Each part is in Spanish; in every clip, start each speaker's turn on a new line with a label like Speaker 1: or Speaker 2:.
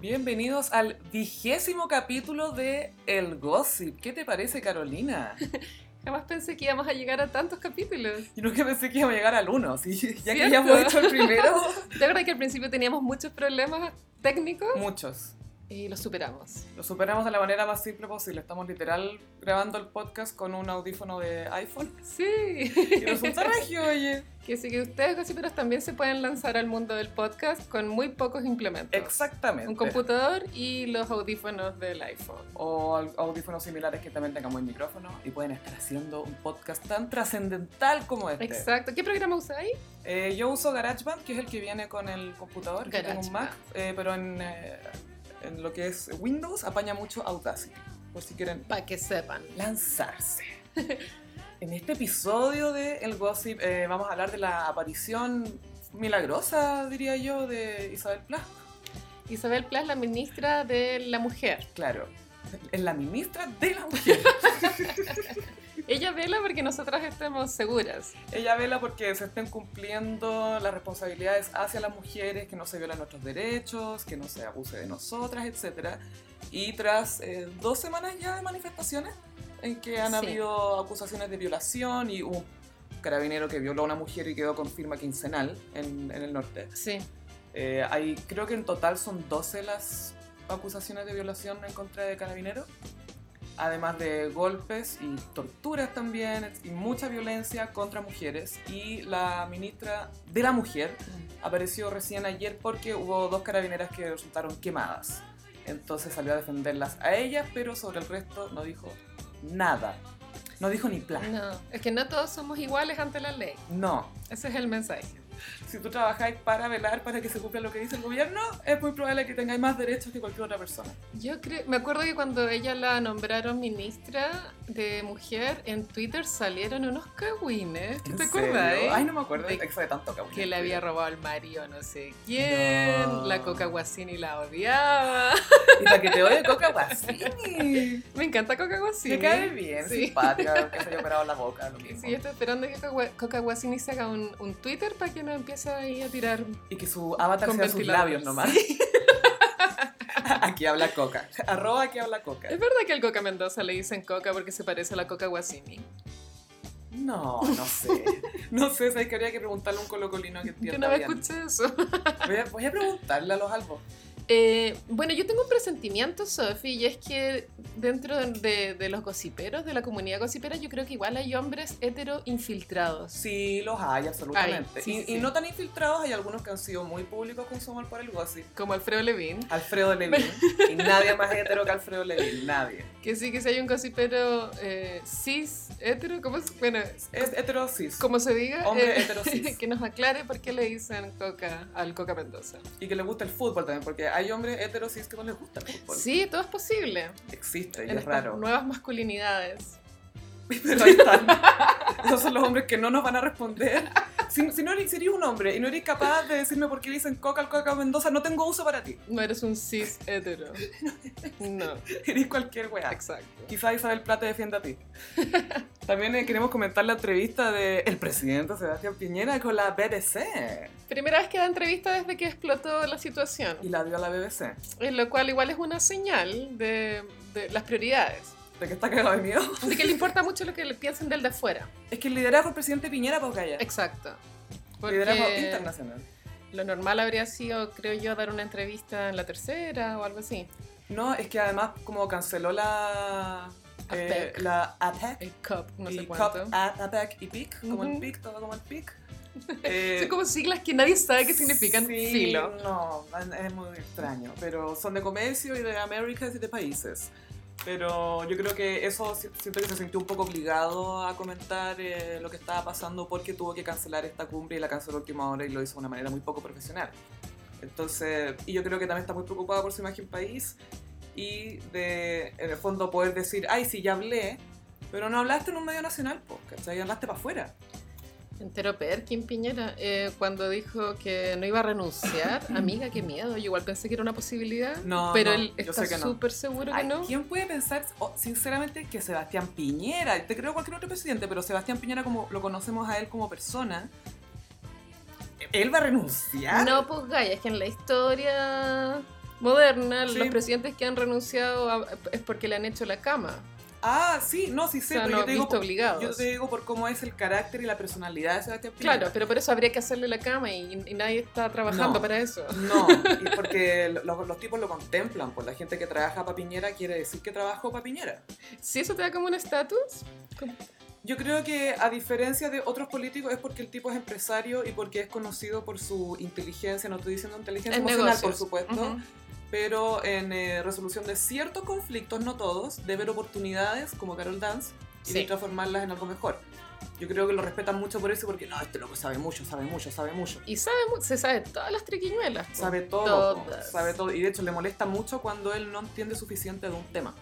Speaker 1: Bienvenidos al vigésimo capítulo de El Gossip. ¿Qué te parece, Carolina?
Speaker 2: Jamás pensé que íbamos a llegar a tantos capítulos.
Speaker 1: Yo nunca pensé que iba a llegar al uno. ¿sí? Ya que
Speaker 2: ¿Cierto?
Speaker 1: ya hemos hecho el primero,
Speaker 2: De verdad que al principio teníamos muchos problemas técnicos
Speaker 1: muchos.
Speaker 2: y los superamos.
Speaker 1: Lo superamos de la manera más simple posible. Estamos literal grabando el podcast con un audífono de iPhone.
Speaker 2: Sí.
Speaker 1: Y resulta regio, oye.
Speaker 2: Que así que ustedes, gossiperos, también se pueden lanzar al mundo del podcast con muy pocos implementos.
Speaker 1: Exactamente.
Speaker 2: Un computador y los audífonos del iPhone.
Speaker 1: o al- audífonos similares que también tengan buen micrófono y pueden estar haciendo un podcast tan trascendental como este.
Speaker 2: Exacto. ¿Qué programa usáis?
Speaker 1: Eh, yo uso GarageBand, que es el que viene con el computador, que tengo un Mac, eh, pero en, eh, en lo que es Windows apaña mucho Audacity, por si quieren
Speaker 2: Para que sepan.
Speaker 1: lanzarse. en este episodio de El Gossip eh, vamos a hablar de la aparición milagrosa, diría yo, de Isabel Pla.
Speaker 2: Isabel Plas, la ministra de la mujer.
Speaker 1: Claro, es la ministra de la mujer.
Speaker 2: Ella vela porque nosotras estemos seguras.
Speaker 1: Ella vela porque se estén cumpliendo las responsabilidades hacia las mujeres, que no se violen nuestros derechos, que no se abuse de nosotras, etc. Y tras eh, dos semanas ya de manifestaciones en que han
Speaker 2: Sí.
Speaker 1: habido acusaciones de violación y un carabinero que violó a una mujer y quedó con firma quincenal en, en el norte.
Speaker 2: Sí.
Speaker 1: Eh, hay, creo que en total son 12 las acusaciones de violación en contra de carabineros. Además de golpes y torturas también, y mucha violencia contra mujeres. Y la ministra de la Mujer apareció recién ayer porque hubo dos carabineras que resultaron quemadas. Entonces salió a defenderlas a ellas, pero sobre el resto no dijo nada. No dijo ni plan.
Speaker 2: No, es que no todos somos iguales ante la ley.
Speaker 1: No.
Speaker 2: Ese es el mensaje.
Speaker 1: Si tú trabajáis para velar para que se cumpla lo que dice el gobierno, es muy probable que tengáis más derechos que cualquier otra persona.
Speaker 2: Yo creo, me acuerdo que cuando ella la nombraron ministra de mujer, en Twitter salieron unos cagüines. ¿Te acuerdas?
Speaker 1: serio?
Speaker 2: eh?
Speaker 1: Ay, no me acuerdo.
Speaker 2: De-
Speaker 1: Eso de tanto cabrón.
Speaker 2: Que le había robado al marido no sé quién,
Speaker 1: No.
Speaker 2: la coca guasini la odiaba.
Speaker 1: Y la que te oye Coca Guasini.
Speaker 2: Me encanta coca guasini.
Speaker 1: Me cae bien,
Speaker 2: Sí.
Speaker 1: simpática, que se haya operado la boca, lo mismo.
Speaker 2: Sí, yo estoy esperando que Coca- Coca Guasini se haga un, un Twitter para que no empiece ahí a tirar
Speaker 1: Y que su avatar
Speaker 2: Con
Speaker 1: sea sus
Speaker 2: ventilador,
Speaker 1: labios nomás. aquí habla Coca. Arroba aquí habla Coca.
Speaker 2: Es verdad que al Coca Mendoza le dicen Coca porque se parece a la Coca Guasini.
Speaker 1: No, no sé. No sé, sabes que habría que preguntarle a un colocolino que
Speaker 2: Yo
Speaker 1: entienda
Speaker 2: no me
Speaker 1: bien.
Speaker 2: escuché eso.
Speaker 1: Voy a, voy a preguntarle a los albos.
Speaker 2: Eh, bueno, yo tengo un presentimiento, Sofi, y es que dentro de, de los gossiperos, de la comunidad gossipera, yo creo que igual hay hombres hetero infiltrados.
Speaker 1: Sí, los hay, absolutamente.
Speaker 2: Hay, sí,
Speaker 1: y,
Speaker 2: sí,
Speaker 1: y
Speaker 2: sí.
Speaker 1: no tan infiltrados, hay algunos que han sido muy públicos con su amor por el gossip.
Speaker 2: Como Alfredo Levin,
Speaker 1: Alfredo Levin. y nadie más hetero que Alfredo Levin, nadie.
Speaker 2: que sí que si hay un gossipero eh, cis, hetero, ¿cómo, es? bueno,
Speaker 1: Es heterosis.
Speaker 2: como se diga,
Speaker 1: Hombre
Speaker 2: eh,
Speaker 1: hetero cis.
Speaker 2: que nos aclare por qué le dicen coca al Coca Mendoza.
Speaker 1: Y que le gusta el fútbol también, porque hay hombres heterosis que no les gusta el fútbol.
Speaker 2: Sí, todo es posible.
Speaker 1: Existe, y es
Speaker 2: En estas
Speaker 1: raro.
Speaker 2: Nuevas masculinidades.
Speaker 1: Pero ahí están. Esos son los hombres que no nos van a responder. Si, si no eres, si eres un hombre y no eres capaz de decirme por qué dicen coca al coca Mendoza, no tengo uso para ti.
Speaker 2: No eres un cis hetero. No,
Speaker 1: Eres cualquier weá.
Speaker 2: exacto.
Speaker 1: Quizá Isabel Plata defienda a ti. También eh, queremos comentar la entrevista del presidente Sebastián Piñera con la BBC.
Speaker 2: Primera vez que da entrevista desde que explotó la situación,
Speaker 1: Y la dio a la BBC.
Speaker 2: en lo cual igual es una señal de, de las prioridades,
Speaker 1: ¿De qué está cagado de miedo?
Speaker 2: de que le importa mucho lo que le piensen del de afuera.
Speaker 1: Es que el liderazgo del presidente Piñera para callar.
Speaker 2: Exacto.
Speaker 1: Liderazgo
Speaker 2: Porque
Speaker 1: internacional.
Speaker 2: lo normal habría sido, creo yo, dar una entrevista en la tercera o algo así.
Speaker 1: No, es que además como canceló la... eh,
Speaker 2: APEC.
Speaker 1: la APEC.
Speaker 2: El COP, no
Speaker 1: y
Speaker 2: sé cuánto.
Speaker 1: Cup, ah, A- APEC y PIC, como el
Speaker 2: Ujú.
Speaker 1: PIC, todo como el PIC. Eh,
Speaker 2: Son como siglas que nadie sabe qué significan.
Speaker 1: sí,
Speaker 2: Filo.
Speaker 1: No, es muy extraño, pero son de comercio y de Américas y de países. Pero yo creo que eso si- siento que se sintió un poco obligado a comentar eh, lo que estaba pasando porque tuvo que cancelar esta cumbre y la canceló a última hora y lo hizo de una manera muy poco profesional. Entonces, y yo creo que también está muy preocupada por su imagen país y de, en el fondo, poder decir, ay, sí, ya hablé, pero no hablaste en un medio nacional, pues, ¿cachai? Hablaste para afuera.
Speaker 2: Entero Perkin Piñera, eh, cuando dijo que no iba a renunciar, amiga, qué miedo. Yo igual pensé que era una posibilidad,
Speaker 1: No,
Speaker 2: pero
Speaker 1: no,
Speaker 2: él
Speaker 1: yo
Speaker 2: está
Speaker 1: sé que no.
Speaker 2: súper seguro que
Speaker 1: Ay,
Speaker 2: no.
Speaker 1: ¿Quién puede pensar, oh, sinceramente, que Sebastián Piñera, te creo cualquier otro presidente, pero Sebastián Piñera, como lo conocemos a él como persona, él va a renunciar? ¿Ah?
Speaker 2: No, pues Gaya, es que en la historia moderna,
Speaker 1: Sí.
Speaker 2: los presidentes que han renunciado a- es porque le han hecho la cama.
Speaker 1: Ah, sí, no, sí
Speaker 2: O
Speaker 1: sé,
Speaker 2: sea,
Speaker 1: pero
Speaker 2: no
Speaker 1: yo, te digo,
Speaker 2: visto obligados.
Speaker 1: yo te digo por cómo es el carácter y la personalidad de Sebastián Piñera.
Speaker 2: Claro, pero por eso habría que hacerle la cama y, y nadie está trabajando
Speaker 1: No.
Speaker 2: para eso.
Speaker 1: No, y porque lo- los, tipos lo contemplan, pues la gente que trabaja para Piñera quiere decir que trabajó para Piñera.
Speaker 2: Si eso te da como un estatus,
Speaker 1: Yo creo que a diferencia de otros políticos es porque el tipo es empresario y porque es conocido por su inteligencia, no estoy diciendo inteligencia
Speaker 2: en
Speaker 1: emocional,
Speaker 2: negocios.
Speaker 1: por supuesto,
Speaker 2: Ujú.
Speaker 1: pero en eh, resolución de ciertos conflictos, no todos, de ver oportunidades como Carol Dance y
Speaker 2: Sí.
Speaker 1: de transformarlas en algo mejor. Yo creo que lo respetan mucho por eso porque no, este loco sabe mucho, sabe mucho, sabe mucho.
Speaker 2: Y sabe, mu- se sabe todas las triquiñuelas. po.
Speaker 1: Sabe todo, po,
Speaker 2: Todas.
Speaker 1: sabe todo. Y de hecho le molesta mucho cuando él no entiende suficiente de un tema.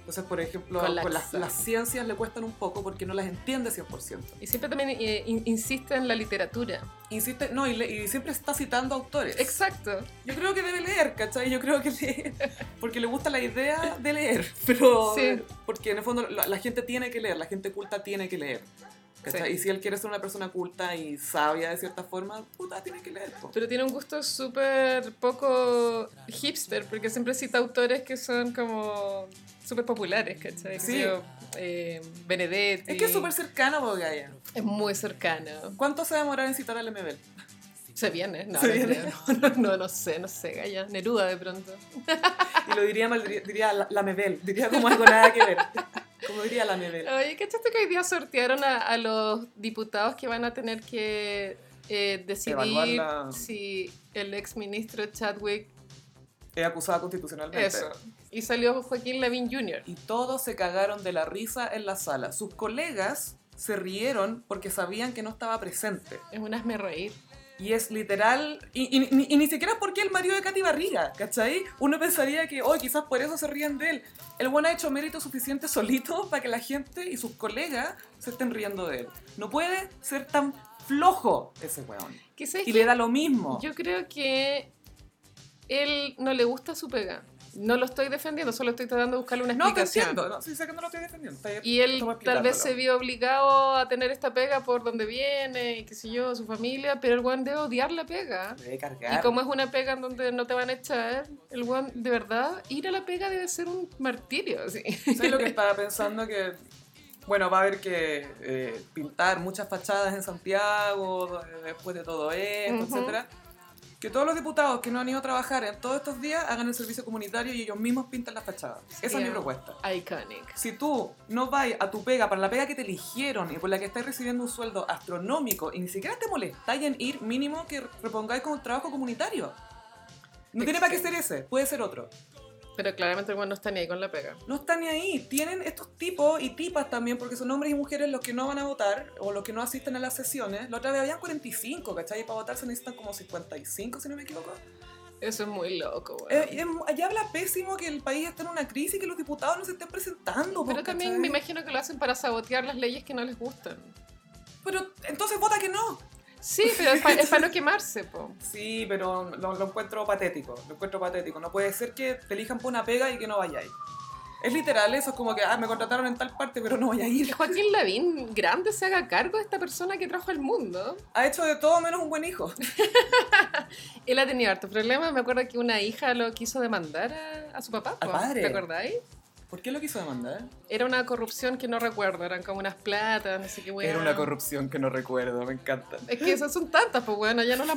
Speaker 1: Entonces, por ejemplo, con
Speaker 2: Colapsa.
Speaker 1: las, las ciencias le cuestan un poco porque no las entiende 100%.
Speaker 2: Y siempre también eh, in- insiste en la literatura.
Speaker 1: Insiste, no, y, le- y siempre está citando autores.
Speaker 2: Exacto.
Speaker 1: Yo creo que debe leer, ¿cachai? Yo creo que lee, porque le gusta la idea de leer, pero
Speaker 2: Sí.
Speaker 1: porque en el fondo la, la gente tiene que leer, la gente culta tiene que leer. ¿cachai?
Speaker 2: Sí.
Speaker 1: Y si él quiere ser una persona culta y sabia de cierta forma, puta, tiene que leer. po.
Speaker 2: Pero tiene un gusto súper poco hipster, porque siempre cita autores que son como súper populares, ¿cachai? Qué sé
Speaker 1: Sí.
Speaker 2: yo, eh, Benedetti.
Speaker 1: Es que es súper cercano, po, Gaia.
Speaker 2: Es muy cercano.
Speaker 1: ¿Cuánto se va a demorar en citar al MBL?
Speaker 2: Se viene, no,
Speaker 1: Se
Speaker 2: no,
Speaker 1: viene.
Speaker 2: creo. No, no, no sé, no sé, Gaya. Neruda de pronto.
Speaker 1: Y lo diría mal, diría, diría la, la Mebel, diría como algo nada que ver. Como diría la Mebel.
Speaker 2: Oye, ¿cachaste que hoy día sortearon a, a los diputados que van a tener que eh,
Speaker 1: Evaluar
Speaker 2: decidir
Speaker 1: la-
Speaker 2: si el exministro Chadwick...
Speaker 1: Es acusada constitucionalmente.
Speaker 2: Eso. Y salió Joaquín Lavín Jr.
Speaker 1: Y todos se cagaron de la risa en la sala. Sus colegas se rieron porque sabían que no estaba presente.
Speaker 2: Es un hazme reír.
Speaker 1: Y es literal, y, y- y- y ni siquiera porque el marido de Katy Barriga, ¿cachai? Uno pensaría que, oh, quizás por eso se ríen de él. El buen ha hecho mérito suficiente solito para que la gente y sus colegas se estén riendo de él. No puede ser tan flojo ese weón.
Speaker 2: Quizás
Speaker 1: Y le da lo mismo.
Speaker 2: Yo creo que él no le gusta su pega. No lo estoy defendiendo, solo estoy tratando de buscarle una
Speaker 1: No, te
Speaker 2: explicación.
Speaker 1: entiendo. No, sí, sé que no lo estoy defendiendo. Está bien,
Speaker 2: y él
Speaker 1: estamos
Speaker 2: tal vez se
Speaker 1: explicándolo.
Speaker 2: vio obligado a tener esta pega por donde viene, y qué sé yo, su familia, pero el guan debe odiar la pega.
Speaker 1: Debe cargar.
Speaker 2: Y como es una pega en donde no te van a echar, el guan, de verdad, ir a la pega debe ser un martirio. así.
Speaker 1: ¿Sabes lo que estaba pensando? Que, bueno, va a haber que eh, pintar muchas fachadas en Santiago eh, después de todo esto,
Speaker 2: Ujú.
Speaker 1: etcétera. Que todos los diputados que no han ido a trabajar en todos estos días hagan el servicio comunitario y ellos mismos pintan las fachadas. Esa es mi
Speaker 2: Sería
Speaker 1: propuesta.
Speaker 2: Iconic.
Speaker 1: Si tú no vas a tu pega para la pega que te eligieron y por la que estás recibiendo un sueldo astronómico y ni siquiera te molestáis en ir, mínimo que repongáis con un trabajo comunitario. No tiene para qué ser ese, puede ser otro.
Speaker 2: Pero claramente el guan no está ni ahí con la pega.
Speaker 1: No están ni ahí. Tienen estos tipos y tipas también, porque son hombres y mujeres los que no van a votar o los que no asisten a las sesiones. La otra vez habían 45, ¿cachai? Y para votar se necesitan como 55, si no me equivoco.
Speaker 2: Eso es muy loco, weón.
Speaker 1: Eh, em, ya habla pésimo que el país está en una crisis y que los diputados no se estén presentando.
Speaker 2: Pero
Speaker 1: pues,
Speaker 2: también
Speaker 1: ¿cachai?
Speaker 2: me imagino que lo hacen para sabotear las leyes que no les gustan.
Speaker 1: Pero entonces vota que no.
Speaker 2: Sí, pero es para no quemarse, po.
Speaker 1: Sí, pero lo, lo encuentro patético. Lo encuentro patético. No puede ser que te elijan por una pega y que no vayáis. Es literal eso, es como que, ah, me contrataron en tal parte, pero no voy a ir.
Speaker 2: Que Joaquín Lavín, grande, se haga cargo de esta persona que trajo al mundo.
Speaker 1: Ha hecho de todo menos un buen hijo.
Speaker 2: Él ha tenido hartos problemas. Me acuerdo que una hija lo quiso demandar a, a su papá.
Speaker 1: Al
Speaker 2: po.
Speaker 1: padre.
Speaker 2: ¿Te acordáis?
Speaker 1: ¿Por qué lo quiso demandar?
Speaker 2: Era una corrupción que no recuerdo. Eran como unas platas, no sé qué weón.
Speaker 1: Era una corrupción que no recuerdo, me encanta.
Speaker 2: Es que esas son tantas, pues bueno, ya no las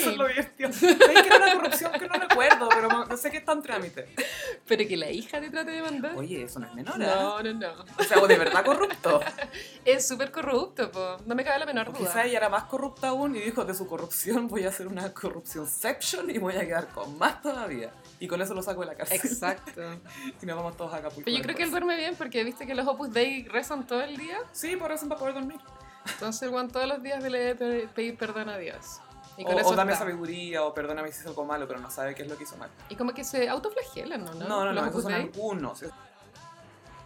Speaker 1: Eso es lo divertido. Sabéis que era una corrupción que no recuerdo, pero no, no sé qué está en trámite.
Speaker 2: Pero que la hija te trate de mandar.
Speaker 1: Oye, eso no es menor, ¿eh?
Speaker 2: No, no, no.
Speaker 1: O sea, o de verdad corrupto.
Speaker 2: Es súper corrupto, po. No me cabe la menor
Speaker 1: O
Speaker 2: duda.
Speaker 1: Quizá ella era más corrupta aún y dijo, de su corrupción voy a hacer una corrupción-ception y voy a quedar con más todavía. Y con eso lo saco de la cárcel.
Speaker 2: Exacto.
Speaker 1: Y nos vamos todos a Acapulco.
Speaker 2: Pero yo creo que él
Speaker 1: después.
Speaker 2: duerme bien porque viste que los Opus Dei rezan todo el día.
Speaker 1: Sí, por eso va a poder dormir.
Speaker 2: Entonces el Juan todos los días le debe pe- pedir perdón a Dios. Y
Speaker 1: O,
Speaker 2: con eso
Speaker 1: o dame
Speaker 2: está.
Speaker 1: sabiduría, o perdóname si hice algo malo, pero no sabe qué es lo que hizo mal.
Speaker 2: Y como que se autoflagelan, ¿no?
Speaker 1: No, no, no,
Speaker 2: Los
Speaker 1: esos
Speaker 2: Opus
Speaker 1: son
Speaker 2: Dei.
Speaker 1: algunos.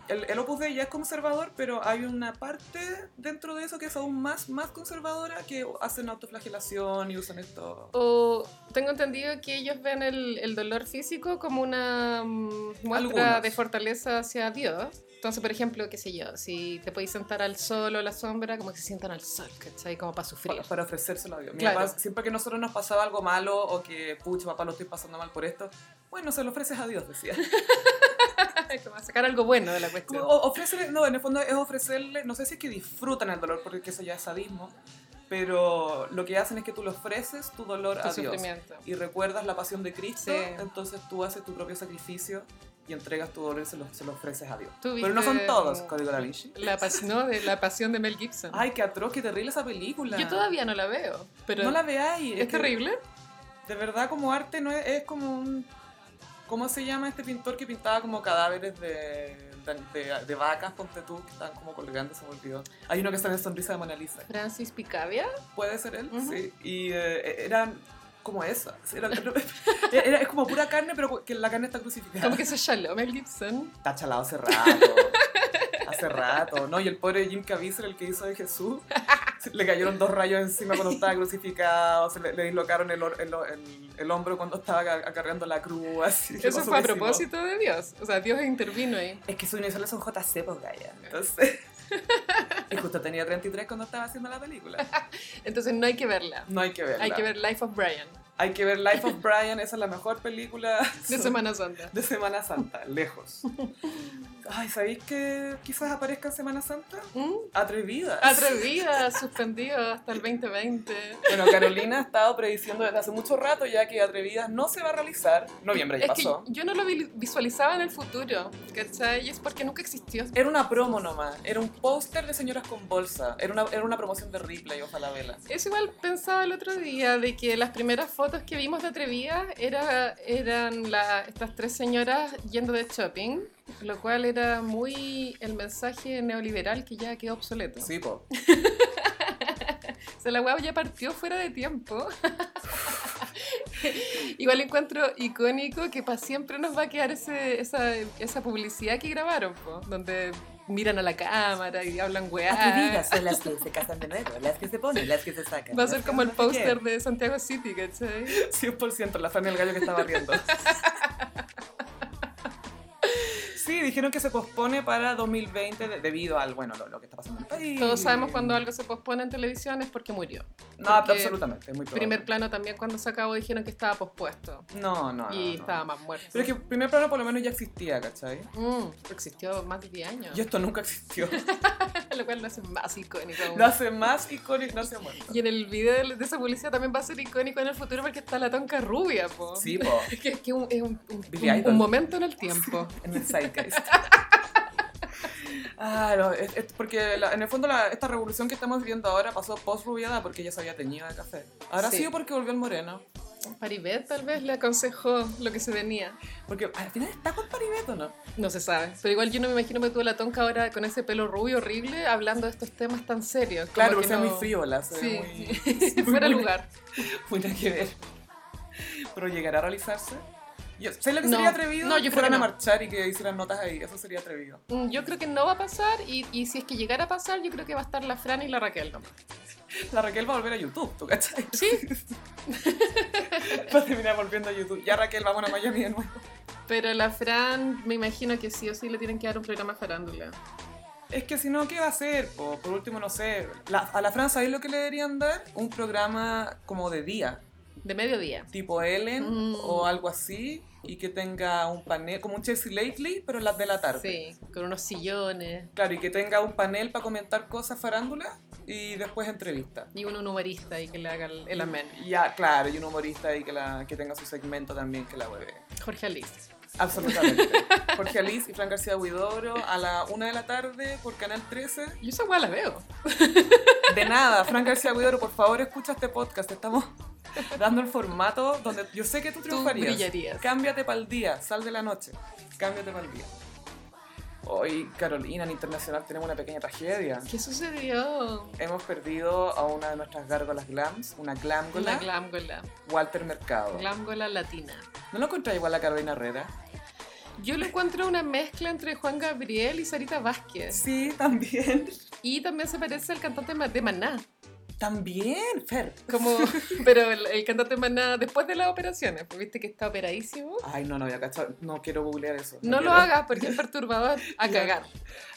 Speaker 1: El, el Opus Dei ya es conservador, pero hay una parte dentro de eso que es aún más, más conservadora que hacen autoflagelación y usan esto.
Speaker 2: O Tengo entendido que ellos ven el, el dolor físico como una mm, muestra
Speaker 1: Algunos.
Speaker 2: de fortaleza hacia Dios. Entonces, por ejemplo, qué sé yo, si te podéis sentar al sol o a la sombra, como que se sientan al sol, ¿cachai? Como para sufrir.
Speaker 1: Para, para ofrecérselo a Dios. Mi
Speaker 2: Claro.
Speaker 1: papá, siempre que a nosotros nos pasaba algo malo o que, pucha, papá, lo estoy pasando mal por esto, bueno, se lo ofreces a Dios, decía.
Speaker 2: como a sacar algo bueno de la
Speaker 1: Como
Speaker 2: cuestión.
Speaker 1: o- ofrécele- no, en el fondo es ofrecerle, no sé si es que disfrutan el dolor, porque eso ya es sadismo, pero lo que hacen es que tú le ofreces tu dolor
Speaker 2: Tu
Speaker 1: a oh, Dios.
Speaker 2: sufrimiento.
Speaker 1: Y recuerdas la pasión de Cristo,
Speaker 2: Sí.
Speaker 1: entonces tú haces tu propio sacrificio y entregas tu dolor y se lo, se lo ofreces a Dios.
Speaker 2: ¿Tú
Speaker 1: Pero no son
Speaker 2: viste-
Speaker 1: todos, Código Da Vinci.
Speaker 2: La, pas- no, de la pasión de Mel Gibson.
Speaker 1: Ay, qué atroz, qué terrible esa película.
Speaker 2: Yo todavía no la veo, pero
Speaker 1: No la veáis.
Speaker 2: es
Speaker 1: que
Speaker 2: terrible.
Speaker 1: De verdad, como arte, no es, es como un... ¿Cómo se llama este pintor que pintaba como cadáveres de, de, de- de vacas, ponte tú, que estaban como colgando, se me olvidó. Hay uno que está en sonrisa de Mona Lisa.
Speaker 2: Francis Picavia.
Speaker 1: ¿Puede ser él?
Speaker 2: Ujú.
Speaker 1: Sí. Y eh, eran como esa. Era- era- es como pura carne, pero que la carne está crucificada.
Speaker 2: Como que se shallow Mel Gibson.
Speaker 1: Está chalado hace rato. hace rato. No, y el pobre Jim Caviezel, el que hizo de Jesús, se- le cayeron dos rayos encima cuando estaba crucificado, se le, le dislocaron el, hor- el, el- el hombro cuando estaba agar- agarrando la cruz. Así,
Speaker 2: Eso
Speaker 1: pasó
Speaker 2: fue a
Speaker 1: pésimo.
Speaker 2: propósito de Dios. O sea, Dios intervino ahí.
Speaker 1: Es que sus iniciales son JC, pues, Gaya. Entonces... y justo tenía 33 cuando estaba haciendo la película.
Speaker 2: Entonces no hay que verla.
Speaker 1: No hay que verla.
Speaker 2: Hay que ver Life of Brian
Speaker 1: Hay que ver Life of Brian, esa es la mejor película
Speaker 2: de Semana Santa.
Speaker 1: de Semana Santa, lejos. Ay, ¿sabéis que quizás aparezca en Semana Santa?
Speaker 2: ¿Mm?
Speaker 1: Atrevidas.
Speaker 2: Atrevida, suspendido hasta el 2020.
Speaker 1: Bueno, Carolina ha estado prediciendo desde hace mucho rato ya que Atrevidas no se va a realizar. Noviembre ya
Speaker 2: Es que
Speaker 1: pasó.
Speaker 2: yo no lo vi- visualizaba en el futuro, ¿cachai? Y es porque nunca existió.
Speaker 1: Era una promo nomás, era un póster de señoras con bolsa, era una, era una promoción de Ripley, ojalá vela.
Speaker 2: Eso igual pensaba el otro día, de que las primeras fotos que vimos de Atrevida era, eran la- estas tres señoras yendo de shopping, lo cual era muy el mensaje neoliberal que ya quedó obsoleto.
Speaker 1: Sí, po.
Speaker 2: O sea, la web ya partió fuera de tiempo. Igual encuentro icónico que para siempre nos va a quedar ese- esa, esa publicidad que grabaron, po, donde miran a la cámara y hablan weá.
Speaker 3: Atrevidas son las que se casan de nuevo, las que se ponen, las que se sacan.
Speaker 2: Va a ser
Speaker 3: las
Speaker 2: como
Speaker 3: que
Speaker 2: el
Speaker 3: no sé
Speaker 2: póster de Santiago City, ¿cachai?
Speaker 1: 100% la Fran y el gallo que estaba riendo. Sí, dijeron que se pospone para 2020 de- debido al, bueno, lo, lo que está pasando en el país.
Speaker 2: Todos sabemos cuando algo se pospone en televisión es porque murió.
Speaker 1: No,
Speaker 2: porque
Speaker 1: absolutamente, es muy probable.
Speaker 2: Primer plano también cuando se acabó dijeron que estaba pospuesto
Speaker 1: No, no, no, Ah,
Speaker 2: y
Speaker 1: no.
Speaker 2: estaba más muerto.
Speaker 1: Pero es que primer plano por lo menos ya existía, ¿cachai?
Speaker 2: Mm, existió más de 10 años,
Speaker 1: Y esto nunca existió.
Speaker 2: lo cual lo hace más icónico. aún.
Speaker 1: Lo hace más icónico, no se ha muerto.
Speaker 2: Y en el video de, de esa publicidad también va a ser icónico en el futuro porque está la tonca rubia, po.
Speaker 1: Sí, po.
Speaker 2: Que, que un- es un, un-
Speaker 1: Billie
Speaker 2: un-
Speaker 1: Idol.
Speaker 2: un momento en el tiempo.
Speaker 1: En el zeitgeist. Ah, no, es- es porque la- en el fondo la- esta revolución que estamos viviendo ahora pasó post rubiada porque ya se había teñido de café. Ahora
Speaker 2: Sí.
Speaker 1: sí. porque volvió el moreno.
Speaker 2: Paribet tal vez le aconsejó lo que se venía.
Speaker 1: Porque al final está con Paribet o no.
Speaker 2: No se sabe. Pero igual yo no me imagino que tuvo la tonca ahora con ese pelo rubio horrible hablando de estos temas tan serios. Como
Speaker 1: Claro,
Speaker 2: que
Speaker 1: porque se ve
Speaker 2: no-
Speaker 1: muy frívola, se
Speaker 2: Sí,
Speaker 1: ve muy,
Speaker 2: sí.
Speaker 1: muy-
Speaker 2: fuera
Speaker 1: muy-
Speaker 2: lugar.
Speaker 1: Muy nada que ver. Pero llegará a realizarse. Yo, ¿Sabes lo que
Speaker 2: No.
Speaker 1: sería atrevido?
Speaker 2: No, yo
Speaker 1: Que
Speaker 2: creo que
Speaker 1: fueran a
Speaker 2: no.
Speaker 1: marchar y que hicieran notas ahí. Eso sería atrevido.
Speaker 2: Mm, Yo creo que no va a pasar y, y si es que llegara a pasar, yo creo que va a estar la Fran y la Raquel nomás.
Speaker 1: La Raquel va a volver a YouTube, ¿tú cachai?
Speaker 2: Sí,
Speaker 1: Va a terminar volviendo a YouTube. Ya Raquel, vamos a Miami de nuevo.
Speaker 2: pero la Fran me imagino que sí o sí le tienen que dar un programa de farándula.
Speaker 1: Es que si no, ¿qué va a hacer? po? Por último, no sé. La- a la Fran, ¿sabéis lo que le deberían dar? Un programa como de día,
Speaker 2: De mediodía.
Speaker 1: tipo Ellen
Speaker 2: Mm.
Speaker 1: o algo así, y que tenga un panel, como un Chelsea Lately, pero en las de la tarde.
Speaker 2: Sí, con unos sillones
Speaker 1: Claro, y que tenga un panel para comentar cosas farándulas y después entrevista.
Speaker 2: y un, un humorista y que le haga el, el amén.
Speaker 1: Ya, claro, y un humorista ahí que, la, que tenga su segmento también, que la hueve.
Speaker 2: Jorge Alice.
Speaker 1: Absolutamente. Jorge Alice y Fran García Huidobro a la una de la tarde por Canal 13.
Speaker 2: Yo esa weá la veo.
Speaker 1: De nada, Fran García Guidoro, por favor, escucha este podcast. Te Estamos dando el formato donde yo sé que tú
Speaker 2: Tú
Speaker 1: triunfarías.
Speaker 2: brillarías.
Speaker 1: Cámbiate para el día, sal de la noche. Cámbiate para el día. Hoy, Carolina, en Internacional tenemos una pequeña tragedia.
Speaker 2: ¿Qué sucedió?
Speaker 1: Hemos perdido a una de nuestras gárgolas glams, una
Speaker 2: Con la
Speaker 1: glámgola,
Speaker 2: glamgola.
Speaker 1: Walter Mercado.
Speaker 2: Glamgola latina.
Speaker 1: ¿No lo encontrás igual a Carolina Herrera?
Speaker 2: Yo lo encuentro una mezcla entre Juan Gabriel y Sarita Vázquez.
Speaker 1: Sí, también.
Speaker 2: Y también se parece al cantante ma- de Maná.
Speaker 3: También, Fer.
Speaker 2: Como, pero el, el cantante maná después de las operaciones, pues viste que está operadísimo.
Speaker 1: Ay, no, no, ya cachado. No quiero googlear eso.
Speaker 2: No lo
Speaker 1: quiero.
Speaker 2: hagas porque es perturbador a cagar.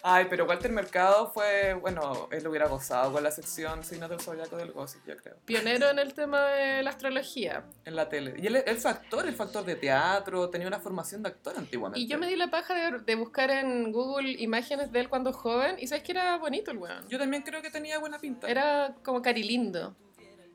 Speaker 1: Ay, pero Walter Mercado fue, bueno, él hubiera gozado con la sección Signos del Zodiaco del Gossip, yo creo,
Speaker 2: Pionero en el tema de la astrología.
Speaker 1: en la tele. Y él, él fue actor, él fue actor de teatro, tenía una formación de actor antiguamente.
Speaker 2: Y yo me di la paja de, de buscar en Google imágenes de él cuando joven y sabes que era bonito el weón.
Speaker 1: Yo también creo que tenía buena pinta.
Speaker 2: Era como carilindo.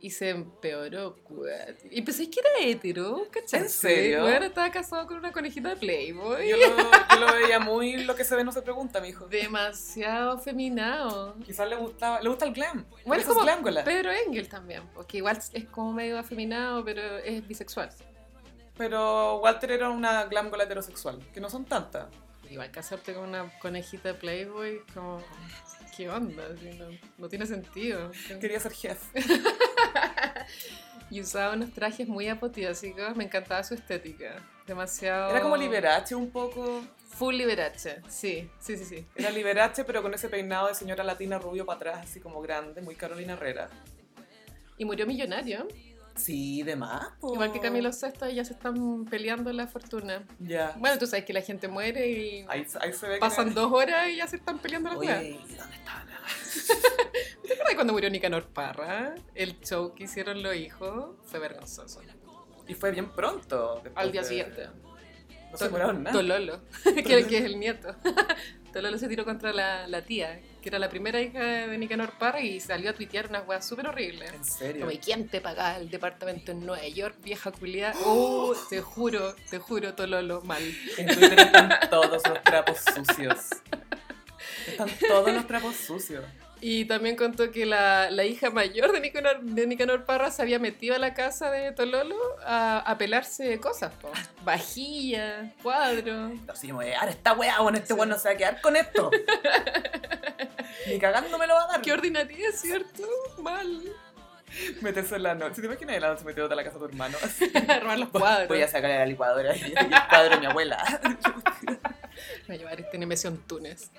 Speaker 2: Y se empeoró, weón. Y pensé que era hétero, ¿cachai?
Speaker 1: ¿En serio?
Speaker 2: Weón, estaba casado con una conejita de Playboy.
Speaker 1: Yo lo, yo lo veía muy lo que se ve no se pregunta, mijo.
Speaker 2: Demasiado feminado.
Speaker 1: Quizás le gustaba, le gusta el glam. Por eso
Speaker 2: Bueno, es
Speaker 1: es
Speaker 2: como
Speaker 1: glámgola.
Speaker 2: Pedro Engel también, porque igual es como medio afeminado, pero es bisexual.
Speaker 1: Pero Walter era una glámgola heterosexual, que no son tantas.
Speaker 2: Igual casarte con una conejita de Playboy, como, ¿qué onda? Así, No, no tiene sentido.
Speaker 1: Quería ser jefe.
Speaker 2: Y usaba unos trajes muy apoteósicos, me encantaba su estética. Demasiado...
Speaker 1: Era como Liberace un poco.
Speaker 2: Full Liberace, sí, sí, sí, sí.
Speaker 1: Era Liberace, pero con ese peinado de señora latina rubio para atrás, así como grande, muy Carolina Herrera.
Speaker 2: Y murió millonario,
Speaker 3: Sí, de más. po.
Speaker 2: igual
Speaker 1: Oh.
Speaker 2: que Camilo VI, ya se están peleando la fortuna.
Speaker 1: Ya.
Speaker 2: Bueno, tú sabes que la gente muere y
Speaker 1: Ahí, ahí se ve que-
Speaker 2: pasan dos horas y ya se están peleando las weas.
Speaker 3: Oye, ¿y ¿dónde está la-
Speaker 2: ¿Te acuerdas cuando murió Nicanor Parra? El show que hicieron los hijos fue vergonzoso.
Speaker 1: Y fue bien pronto. después
Speaker 2: Al día
Speaker 1: de-
Speaker 2: siguiente.
Speaker 1: No se demoraron nada.
Speaker 2: Tololo, que, que es el nieto. Tololo se tiró contra la, la tía, que era la primera hija de Nicanor Parra y salió a tuitear unas weas súper horribles.
Speaker 1: En serio.
Speaker 2: Como, ¿y quién te pagaba el departamento en Nueva York, vieja culiada? Oh, te juro, te juro, Tololo, mal.
Speaker 1: En Twitter están todos los trapos sucios. Están todos los trapos sucios.
Speaker 2: Y también contó que la, la hija mayor de Nicanor, de Nicanor Parra se había metido a la casa de Tololo a, a pelarse cosas, po. vajilla, cuadro.
Speaker 3: No, sí, yo me voy a dar esta weá, bueno, este
Speaker 2: Sí.
Speaker 3: weón no se va a quedar con esto.
Speaker 1: Ni cagando me lo va a dar.
Speaker 2: Qué ordinaria, ¿cierto? Mal.
Speaker 1: Meterse en la noche. ¿Te imaginas en la noche metido a la casa de tu hermano?
Speaker 2: Armar los cuadros.
Speaker 3: Voy a sacar la licuadora y el cuadro de mi abuela.
Speaker 2: Voy a llevar este Nemesio en Túnez.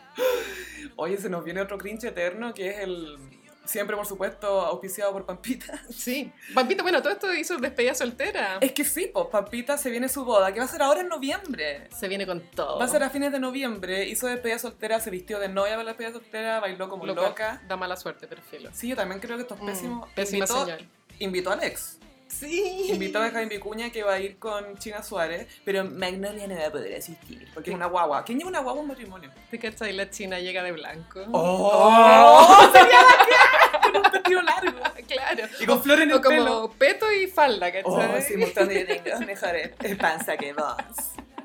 Speaker 1: Oye, se nos viene otro cringe eterno que es el. Siempre, por supuesto, auspiciado por Pampita.
Speaker 2: Sí. Pampita, bueno, todo esto hizo despedida soltera.
Speaker 1: Es que sí, pues Pampita se viene su boda, que va a ser ahora en noviembre.
Speaker 2: Se viene con todo.
Speaker 1: Va a ser a fines de noviembre, hizo despedida soltera, se vistió de novia para la despedida soltera, bailó como
Speaker 2: Lo
Speaker 1: loca.
Speaker 2: cual Da mala suerte, pero filo.
Speaker 1: Sí, yo también creo que esto es pésimo.
Speaker 2: Mm, pésima
Speaker 1: invitó,
Speaker 2: señal.
Speaker 1: invitó a Alex,
Speaker 2: Sí.
Speaker 1: invitó a Jaime Vicuña que va a ir con China Suárez,
Speaker 3: Pero Magnolia no va a poder asistir.
Speaker 1: porque es una guagua. ¿Quién lleva una guagua a un matrimonio?
Speaker 2: ¿Te cachai? La china llega de blanco.
Speaker 1: ¡Oh! ¡Sería la que- Con un vestido largo.
Speaker 2: Claro.
Speaker 1: Y con flores en
Speaker 2: O
Speaker 1: el
Speaker 2: como
Speaker 1: pelo.
Speaker 2: peto y falda, ¿cachai?
Speaker 3: Oh, sí, mostrando yo tengo mejores panza que vos.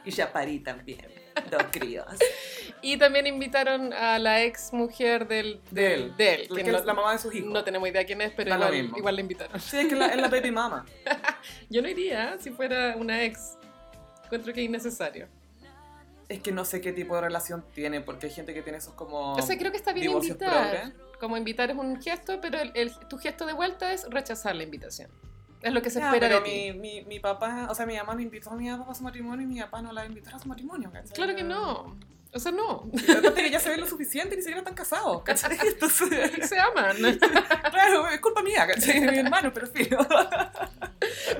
Speaker 3: Y ya parí también. Dos críos.
Speaker 2: Y también invitaron a la ex mujer del,
Speaker 1: De él.
Speaker 2: de él,
Speaker 1: La
Speaker 2: que
Speaker 1: que
Speaker 2: no-
Speaker 1: es la mamá de sus hijos.
Speaker 2: no tenemos idea quién es, pero
Speaker 1: Da lo
Speaker 2: igual,
Speaker 1: mismo.
Speaker 2: igual la invitaron.
Speaker 1: Sí, es que la- es la baby mama.
Speaker 2: Yo no iría ¿eh? si fuera una ex. Encuentro que es innecesario.
Speaker 1: Es que no sé qué tipo de relación tiene, porque hay gente que tiene esos como...
Speaker 2: O sea, creo que está bien
Speaker 1: divorcios
Speaker 2: invitar.
Speaker 1: progre.
Speaker 2: Como invitar es un gesto, pero el- el- tu gesto de vuelta es rechazar la invitación. Es lo que se
Speaker 1: Ya,
Speaker 2: espera
Speaker 1: Ah, pero
Speaker 2: de ti.
Speaker 1: mi, mi, mi papá, o sea, mi mamá me invitó a mi papá a su matrimonio y mi papá no la invitó a su matrimonio. ¿cachai?
Speaker 2: Claro que no. O sea, no.
Speaker 1: Y aparte que ya se ven lo suficiente, ni siquiera están casados, ¿cachai? Entonces,
Speaker 2: Se aman.
Speaker 1: claro, es culpa mía, ¿cachai? De mi hermano, pero sí.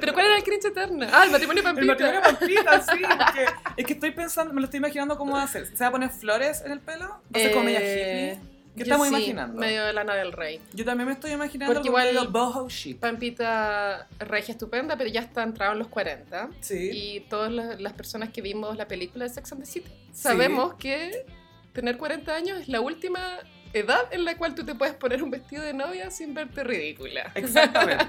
Speaker 2: Pero ¿cuál era el cringe eterno? Ah, el matrimonio de
Speaker 1: El
Speaker 2: Pampita.
Speaker 1: matrimonio de Pampita, sí. porque es que estoy pensando, me lo estoy imaginando cómo va a ser. ¿Se va a poner flores en el pelo? ¿Va a ser como media
Speaker 2: Eh,
Speaker 1: hippie? ¿Qué
Speaker 2: yo
Speaker 1: estamos
Speaker 2: sí,
Speaker 1: imaginando?
Speaker 2: Medio de lana del rey.
Speaker 1: Yo también me estoy imaginando
Speaker 2: Porque
Speaker 1: como
Speaker 2: igual-
Speaker 1: medio boho chic.
Speaker 2: Pampita regia estupenda, pero ya está entrado en los 40.
Speaker 1: Sí.
Speaker 2: Y todas las, las personas que vimos la película de Sex and the City sabemos que tener 40 años es la última edad en la cual tú te puedes poner un vestido de novia sin verte ridícula.
Speaker 1: Exactamente.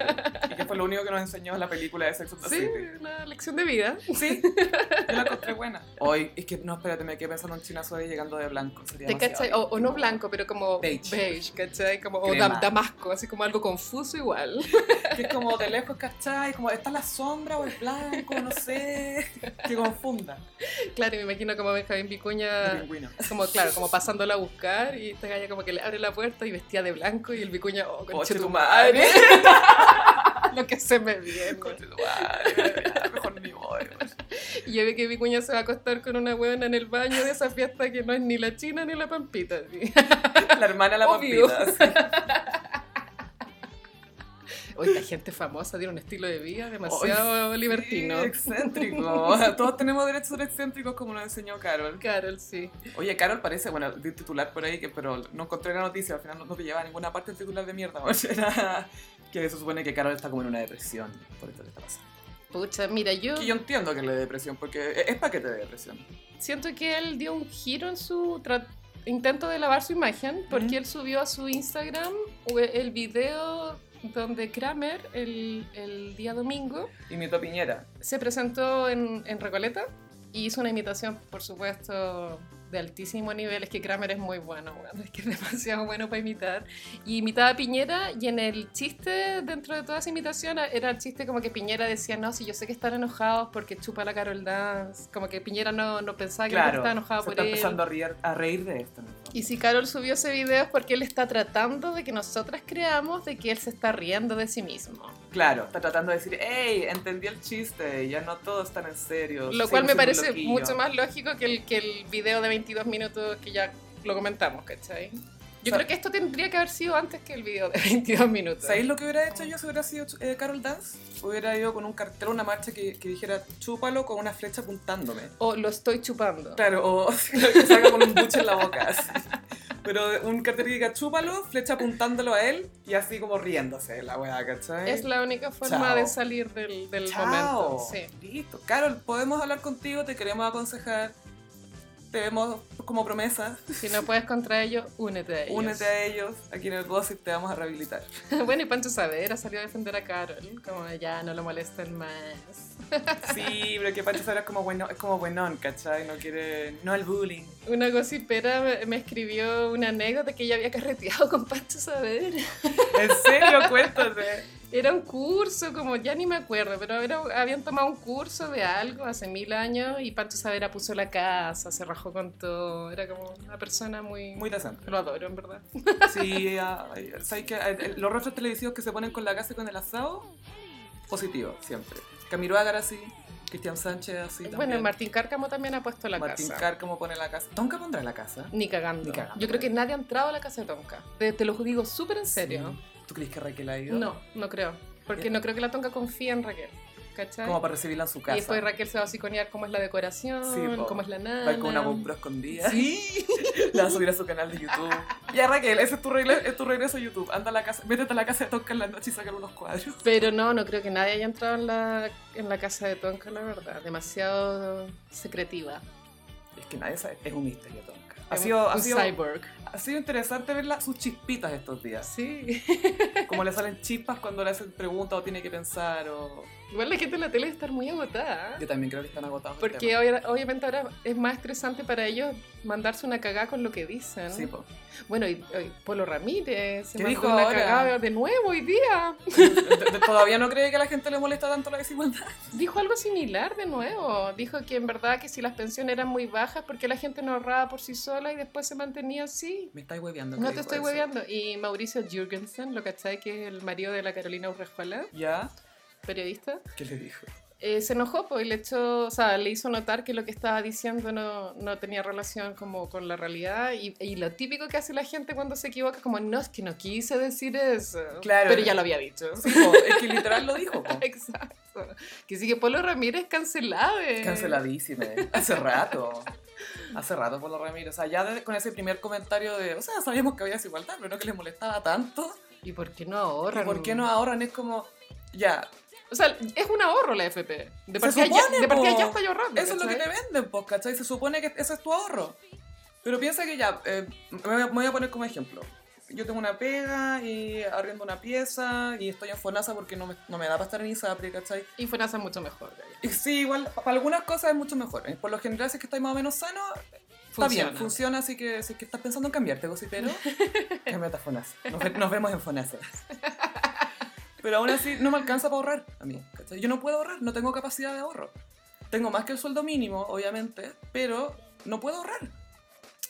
Speaker 1: Y que fue lo único que nos enseñó en la película de Sex and the
Speaker 2: Sí,
Speaker 1: City.
Speaker 2: una lección de vida.
Speaker 1: Ah, Sí, yo la encontré buena. Hoy, es que no, espérate, me quedé pensando en China Suárez llegando de blanco. Sería
Speaker 2: ¿Te
Speaker 1: demasiado.
Speaker 2: cachai? O, o no blanco, pero como
Speaker 1: Beige.
Speaker 2: ¿cachai? Como, o
Speaker 3: Crema.
Speaker 2: dam- damasco, así como algo confuso igual.
Speaker 1: Que es como de lejos, ¿cachai? Como, ¿está la sombra o es blanco? No sé. Que confunda.
Speaker 2: Claro, y me imagino como Benjamín
Speaker 1: El
Speaker 2: Vicuña,
Speaker 1: pingüino.
Speaker 2: como claro, como pasándola a buscar y esta galla como que le abre la puerta y vestía de blanco y el Vicuña, oh,
Speaker 1: Coche
Speaker 2: conche
Speaker 1: tu
Speaker 2: tu
Speaker 1: madre.
Speaker 2: madre, lo que se me viene.
Speaker 1: Conche tu madre. ya, Mejor ni voy. güey.
Speaker 2: Y ya ve que Vicuña se va a acostar con una huevona en el baño de esa fiesta que no es ni la china ni la pampita. así.
Speaker 1: La hermana de la
Speaker 2: Obvio.
Speaker 1: pampita. sí.
Speaker 2: Hoy la gente famosa tiene un estilo de vida demasiado
Speaker 1: Ay,
Speaker 2: libertino.
Speaker 1: sí, excéntrico. Todos tenemos derechos a ser excéntricos como nos enseñó Carol.
Speaker 2: Carol, sí.
Speaker 1: Oye, Carol parece, bueno, di un titular por ahí, que, pero no encontré la noticia, al final no, no te lleva a ninguna parte el titular de mierda. o sea, era que se supone que Carol está como en una depresión por esto que está pasando.
Speaker 2: Pucha, mira, yo
Speaker 1: Que yo entiendo que le dé depresión, porque e, es, es paquete de depresión.
Speaker 2: siento que él dio un giro en su tra- intento de lavar su imagen, porque
Speaker 1: Ujú.
Speaker 2: él subió a su Instagram eh, el video donde Kramer, el, el día domingo,
Speaker 1: Imitó a Piñera.
Speaker 2: se presentó en, en Recoleta y hizo una imitación, por supuesto, de altísimo nivel. Es que Kramer es muy bueno, weón, es que es demasiado bueno para imitar. Y imitaba a Piñera y en el chiste, dentro de toda esa imitación, era el chiste como que Piñera decía, no, si yo sé que están enojados porque chupa la Carol Dance. Como que Piñera no, no pensaba que la gente
Speaker 1: Claro,
Speaker 2: estaba enojada
Speaker 1: se
Speaker 2: por
Speaker 1: está
Speaker 2: él.
Speaker 1: empezando a reír, a reír de esto. ¿no?
Speaker 2: Y si Carol subió ese video es porque él está tratando de que nosotras creamos de que él se está riendo de sí mismo.
Speaker 1: Claro, está tratando de decir, hey, entendí el chiste, ya no todos están en serio.
Speaker 2: Lo
Speaker 1: sigo
Speaker 2: cual me
Speaker 1: siendo un
Speaker 2: parece
Speaker 1: loquillo".
Speaker 2: mucho más lógico que el, que el video de 22 minutos que ya lo comentamos, ¿cachai? Yo
Speaker 1: Sa-
Speaker 2: creo que esto tendría que haber sido antes que el video de 22 minutos.
Speaker 1: ¿Sabéis lo que hubiera hecho yo si hubiera sido eh, Carol Dance? Hubiera ido con un cartel, una marcha que, que dijera, chúpalo con una flecha apuntándome.
Speaker 2: O lo estoy chupando.
Speaker 1: Claro, o que salga con un buche en la boca. así. Pero un cartel que diga, chúpalo, flecha apuntándolo a él y así como riéndose la weá, ¿cachai?
Speaker 2: Es la única forma
Speaker 1: Chao.
Speaker 2: de salir del, del
Speaker 1: Chao.
Speaker 2: momento. Sí.
Speaker 1: Listo. Carol, podemos hablar contigo, te queremos aconsejar. Te vemos como promesa.
Speaker 2: Si no puedes contra ellos, únete a ellos.
Speaker 1: Únete a ellos. Aquí en el Gossip te vamos a rehabilitar.
Speaker 2: bueno, y Pancho Saavedra salió a defender a Carol. Como ya no lo molesten más.
Speaker 1: Sí, pero que Pancho Saavedra es como bueno, es como buenón, ¿cachai? No quiere. No al bullying.
Speaker 2: Una gocipera me- me escribió una anécdota que ella había carreteado con Pancho Saavedra.
Speaker 1: En serio, cuéntate.
Speaker 2: Era un curso, como ya ni me acuerdo, pero era- habían tomado un curso de algo hace mil años y Pancho Savera puso la casa, se rajó con todo. Era como una persona muy.
Speaker 1: Muy tasante.
Speaker 2: Lo adoro, en verdad.
Speaker 1: Sí, ay, ¿sabes qué? Eh, eh, Los rostros televisivos que se ponen con la casa y con el asado, positivo, siempre. Camilo Ágara así, Cristian Sánchez así
Speaker 2: bueno,
Speaker 1: también.
Speaker 2: y Martín Cárcamo también ha puesto la
Speaker 1: Martín
Speaker 2: casa.
Speaker 1: Car, ¿cómo pone la casa? ¿Tonka pondrá la casa?
Speaker 2: ni cagando.
Speaker 1: Ni cagando.
Speaker 2: Yo creo que nadie ha entrado a la casa de Tonka. Te, te lo digo súper en serio.
Speaker 1: Sí. Mm, ¿Tú crees que Raquel ha ido?
Speaker 2: No, no creo. Porque no creo que la Tonka confíe en Raquel. ¿Cachai?
Speaker 1: Como para recibirla en su
Speaker 2: y
Speaker 1: casa.
Speaker 2: después Raquel se va a psiconear cómo es la decoración,
Speaker 1: Sí, po.
Speaker 2: cómo es la nana.
Speaker 1: Va con una GoPro escondida. Sí. La va a subir a su canal de YouTube. Ya Raquel, ese es tu, regla- es tu regreso a YouTube. Anda a la casa, métete a la casa de Tonka en la noche y sacar unos cuadros.
Speaker 2: Pero no, no creo que nadie haya entrado en la, en la casa de Tonka, la verdad. Demasiado secretiva.
Speaker 1: Es que nadie sabe, es un misterio Tonka. Ha
Speaker 2: Es
Speaker 1: sido,
Speaker 2: un,
Speaker 1: ha
Speaker 2: un
Speaker 1: sido,
Speaker 2: cyborg.
Speaker 1: ha sido interesante verla sus chispitas estos días.
Speaker 2: Sí.
Speaker 1: Como le salen chispas cuando le hacen preguntas o tiene que pensar. O...
Speaker 2: Igual la gente en la tele debe estar muy agotada. ¿eh?
Speaker 1: Yo también creo que están agotados. del
Speaker 2: Porque
Speaker 1: tema.
Speaker 2: ahora- obviamente ahora es más estresante para ellos mandarse una cagada con lo que dicen.
Speaker 1: Sí, po.
Speaker 2: Bueno, y, y Polo Ramírez se
Speaker 1: ¿Qué
Speaker 2: mandó
Speaker 1: dijo
Speaker 2: una
Speaker 1: ahora?
Speaker 2: cagada de nuevo hoy día.
Speaker 1: De- de- Todavía no cree que a la gente le molesta tanto la desigualdad.
Speaker 2: Dijo algo similar de nuevo. Dijo que en verdad que si las pensiones eran muy bajas, porque la gente no ahorraba por sí sola y después se mantenía así?
Speaker 1: Me estáis hueveando.
Speaker 2: No
Speaker 1: que dijo
Speaker 2: te estoy
Speaker 1: eso.
Speaker 2: hueveando. Y Mauricio Jürgensen, lo cachai, que es el marido de la Carolina Urrejuela,
Speaker 1: ¿Ya?
Speaker 2: periodista,
Speaker 1: ¿Qué le dijo?
Speaker 2: eh, se enojó pues, y le, echó, o sea, le hizo notar que lo que estaba diciendo no, no tenía relación como con la realidad. Y, y lo típico que hace la gente cuando se equivoca, como, no, es que no quise decir eso.
Speaker 1: Claro.
Speaker 2: Pero ya lo había dicho.
Speaker 1: Sí, po, es que literal lo dijo. po.
Speaker 2: Exacto. Que sí que Polo Ramírez cancelado. eh.
Speaker 1: Canceladísima. Hace rato. Hace rato por lo Ramírez. O sea, ya desde- con ese primer comentario de, o sea, sabíamos que había desigualdad, pero no que les molestaba tanto.
Speaker 2: ¿Y por qué no
Speaker 1: ¿Y
Speaker 2: ahorran?
Speaker 1: por qué no ahorran? Es como, ya,
Speaker 2: O sea, es un ahorro la FP.
Speaker 1: Se
Speaker 2: De partida ya,
Speaker 1: supone,
Speaker 2: de partida
Speaker 1: po.
Speaker 2: ya está ahorrando.
Speaker 1: eso es lo que
Speaker 2: ¿cachai?
Speaker 1: te venden, pues, ¿cachai? Se supone que ese es tu ahorro. Pero piensa que ya, eh, me, voy a- me voy a poner como ejemplo. Yo tengo una pega y arriendo una pieza y estoy en Fonasa porque no me, no me da para estar en ISAPRE, ¿cachai?
Speaker 2: Y Fonasa es mucho mejor. Gaya.
Speaker 1: Y sí, igual, para algunas cosas es mucho mejor. Eh, Por lo general, si es que estáis más o menos sano, está bien, funciona, así que si es que estás pensando en cambiarte, gocipero, cámbiate a Fonasa. Nos, ve- nos vemos en Fonasa. Pero aún así, no me alcanza para ahorrar a mí. ¿cachai? Yo no puedo ahorrar, no tengo capacidad de ahorro. Tengo más que el sueldo mínimo, obviamente, pero no puedo ahorrar.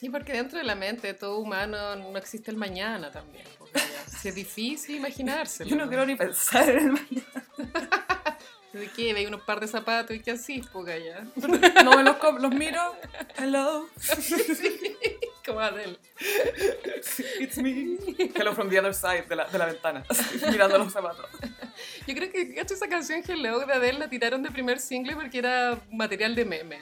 Speaker 2: Y porque dentro de la mente de todo humano no existe el mañana también. po, Gaya. Si es difícil imaginárselo.
Speaker 1: Yo no quiero ni pensar en el mañana.
Speaker 2: ¿De qué? Veis unos par de zapatos y qué así, po, Gaya.
Speaker 1: No me los, com- los miro. Hello,
Speaker 2: Como Adele.
Speaker 1: it's me. Hello from the other side de la, de la ventana, así, mirando los zapatos.
Speaker 2: Yo creo que ¿cachai? esa canción Hello de Adele la tiraron de primer single porque era material de meme.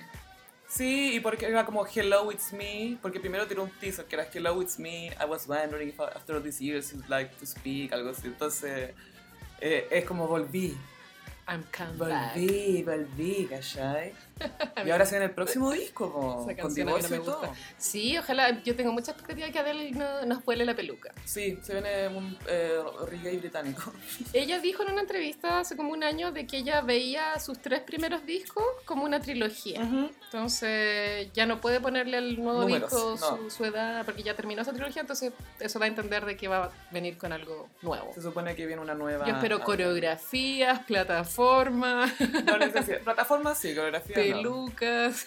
Speaker 1: Sí, y porque era como Hello It's Me, porque primero tiró un teaser que era Hello It's Me, I was wondering if after all these years you'd like to speak, algo así. Entonces eh, es como volví,
Speaker 2: I'm coming back.
Speaker 1: volví, volví, ¿cachai? Y ahora se en el próximo disco, po,
Speaker 2: Esa
Speaker 1: con
Speaker 2: canción a mí no
Speaker 1: divorcio
Speaker 2: me
Speaker 1: y todo.
Speaker 2: gusta. Sí, ojalá. Yo tengo mucha expectativa que Adele no- nos vuele la peluca.
Speaker 1: Sí, se viene un eh, reggae británico.
Speaker 2: Ella dijo en una entrevista hace como un año de que ella veía sus tres primeros discos como una trilogía. Entonces ya no puede ponerle al nuevo
Speaker 1: Números,
Speaker 2: disco
Speaker 1: no.
Speaker 2: su, su edad porque ya terminó esa trilogía, entonces eso da a entender de que va a venir con algo nuevo.
Speaker 1: Se supone que viene una nueva.
Speaker 2: Yo espero
Speaker 1: coreografía.
Speaker 2: coreografías, plataformas,
Speaker 1: Plataforma sí, coreografía. No.
Speaker 2: pelucas.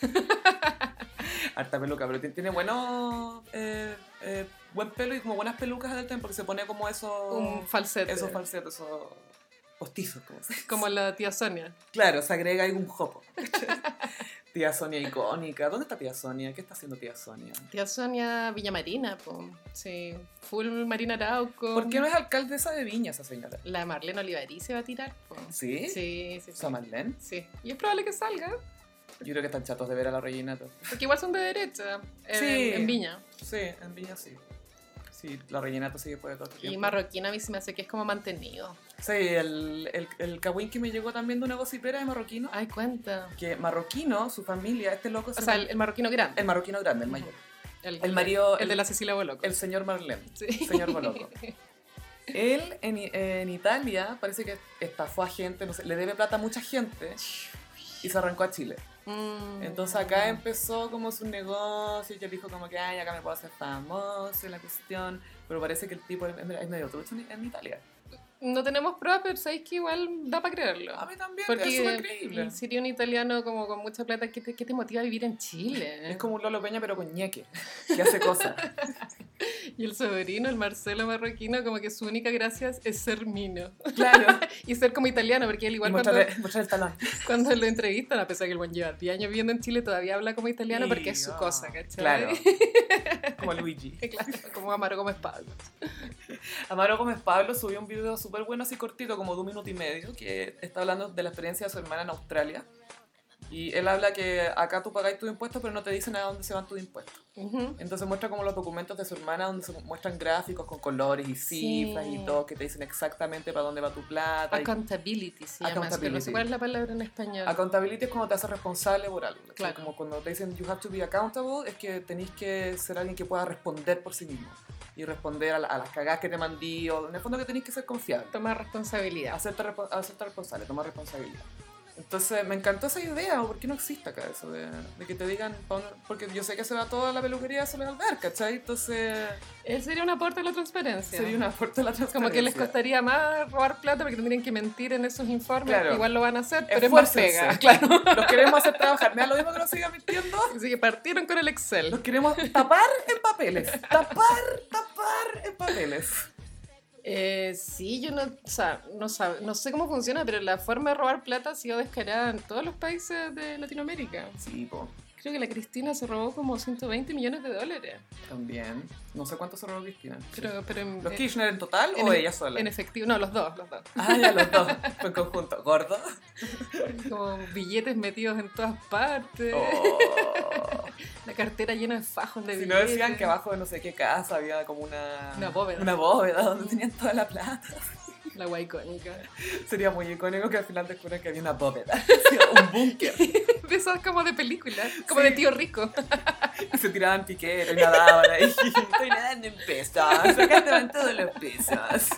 Speaker 1: Harta peluca, pero ti- tiene bueno, eh, eh, buen pelo y como buenas pelucas del tiempo, porque se pone como Oh, eso.
Speaker 2: Un falsete.
Speaker 1: Esos falsetos, esos postizos, como se
Speaker 2: como la tía Sonia.
Speaker 1: Claro, se agrega algún jopo. tía Sonia icónica. ¿Dónde está tía Sonia? ¿Qué está haciendo tía Sonia?
Speaker 2: Tía Sonia Villamarina, po. Sí, full Marina Arauco.
Speaker 1: ¿Por qué no es alcaldesa de Viña esa señora?
Speaker 2: La Marlene Olivari se va a tirar, po.
Speaker 1: ¿Sí?
Speaker 2: Sí, sí, sí.
Speaker 1: ¿Esa Marlene?
Speaker 2: Sí. Y es probable que salga,
Speaker 1: Yo creo que están chatos de ver a la Regina.
Speaker 2: porque igual son de derecha en,
Speaker 1: Sí.
Speaker 2: en Viña.
Speaker 1: Sí, en Viña sí. Sí, la Regina sigue por todo este
Speaker 2: Y
Speaker 1: tiempo.
Speaker 2: marroquina a mí se me hace que es como mantenido.
Speaker 1: Sí, el, el, el cahuín que me llegó también de una gocipera de marroquino.
Speaker 2: Ay, cuenta.
Speaker 1: Que marroquino, su familia, este loco...
Speaker 2: O
Speaker 1: se
Speaker 2: sea,
Speaker 1: llama-
Speaker 2: el, el marroquino grande.
Speaker 1: el marroquino grande, el mayor.
Speaker 2: El,
Speaker 1: el marido-
Speaker 2: El, de la Cecilia Boloco.
Speaker 1: El señor Marlene.
Speaker 2: sí.
Speaker 1: Señor Boloco. Él en, I- en Italia parece que estafó a gente, no sé, le debe plata a mucha gente y se arrancó a Chile.
Speaker 2: Mm.
Speaker 1: Entonces acá empezó como su negocio y él dijo como que, ay, acá me puedo hacer famoso y la cuestión, pero parece que el tipo es, es medio trucho en, en Italia.
Speaker 2: No tenemos pruebas, pero sabéis que igual da para creerlo.
Speaker 1: em A mí también, es
Speaker 2: Porque
Speaker 1: súper creíble.
Speaker 2: sería un italiano como con mucha plata, ¿qué te, qué te motiva a vivir en Chile?
Speaker 1: Es como un Lolo Peña pero con ñeque, que hace cosas.
Speaker 2: Y el sobrino, el Marcelo marroquino, como que su única gracia es ser mino.
Speaker 1: claro.
Speaker 2: Y ser como italiano, porque él
Speaker 1: Igual
Speaker 2: igual
Speaker 1: y
Speaker 2: cuando,
Speaker 1: mostrarle, mostrarle el talón.
Speaker 2: cuando lo entrevistan, a pesar que el buen lleva 10 años viviendo en Chile, todavía habla como italiano porque es su
Speaker 1: Y, ah,
Speaker 2: cosa, ¿cachai?
Speaker 1: Claro. Como Luigi.
Speaker 2: Claro, como Amaro Gómez Pablo.
Speaker 1: Amaro Gómez Pablo subió un video súper bueno, así cortito, como de un minuto y medio, que está hablando de la experiencia de su hermana en Australia. Y él habla que acá tú pagáis tus impuestos, pero no te dicen a dónde se van tus impuestos.
Speaker 2: Ujú.
Speaker 1: Entonces muestra como los documentos de su hermana, donde se muestran gráficos con colores y
Speaker 2: Sí.
Speaker 1: cifras y todo, que te dicen exactamente para dónde va tu plata. y-
Speaker 2: Accountability se llama eso, pero no sé
Speaker 1: Accountability.
Speaker 2: cuál es la palabra en español.
Speaker 1: Accountability es cuando te haces responsable por algo. ¿cachai?
Speaker 2: Claro.
Speaker 1: Como cuando te dicen you have to be accountable, es que tenéis que ser alguien que pueda responder por sí mismo. Y responder a, la- a las cagadas que te mandí, o en el fondo que tenéis que ser confiable.
Speaker 2: Tomar responsabilidad.
Speaker 1: Hacerte, repo- hacerte responsable, tomar responsabilidad. Entonces, me encantó esa idea, ¿por qué no existe acá eso? De, de que te digan, pa' dónde- porque yo sé que se va toda la peluquería, se le va al ver, ¿cachai? Entonces...
Speaker 2: Él Eh, sería un aporte a la transparencia.
Speaker 1: Sería un aporte a la transparencia.
Speaker 2: Como que les costaría más robar plata porque tendrían que mentir en esos informes.
Speaker 1: Claro.
Speaker 2: Igual lo van a hacer, pero es más
Speaker 1: Esfuércense.
Speaker 2: pega. Claro.
Speaker 1: Los queremos hacer trabajar. Me da lo mismo que nos sigan mintiendo.
Speaker 2: Así que partieron con el Excel.
Speaker 1: Los queremos tapar en papeles. Tapar, tapar en papeles.
Speaker 2: Eh, sí, yo no, o sea, no, sab- no sé cómo funciona, pero la forma de robar plata ha sido descarada en todos los países de Latinoamérica.
Speaker 1: Sí, po.
Speaker 2: Creo que la Cristina se robó como 120 millones de dólares.
Speaker 1: También. No sé cuánto se robó Cristina.
Speaker 2: Pero, pero en,
Speaker 1: ¿Los
Speaker 2: en-
Speaker 1: Kirchner en total
Speaker 2: en
Speaker 1: o
Speaker 2: efe-
Speaker 1: ella sola?
Speaker 2: en efectivo, no, los dos, los dos.
Speaker 1: Ah, ya los dos. Fue en conjunto. ¿Gordo?
Speaker 2: Como billetes metidos en todas partes,
Speaker 1: Oh.
Speaker 2: la cartera llena de fajos de
Speaker 1: Si no
Speaker 2: billetes.
Speaker 1: decían que abajo de no sé qué casa había como una...
Speaker 2: Una bóveda.
Speaker 1: Una bóveda donde tenían toda la plata.
Speaker 2: La guay icónica.
Speaker 1: Sería muy icónico que al final descubran que había una bóveda. Un búnker.
Speaker 2: De esas como de películas, como de tío rico.
Speaker 1: Y se tiraban piqueros y nadaban ahí. Estoy nadando en pesos. Acá te van todos los pesos.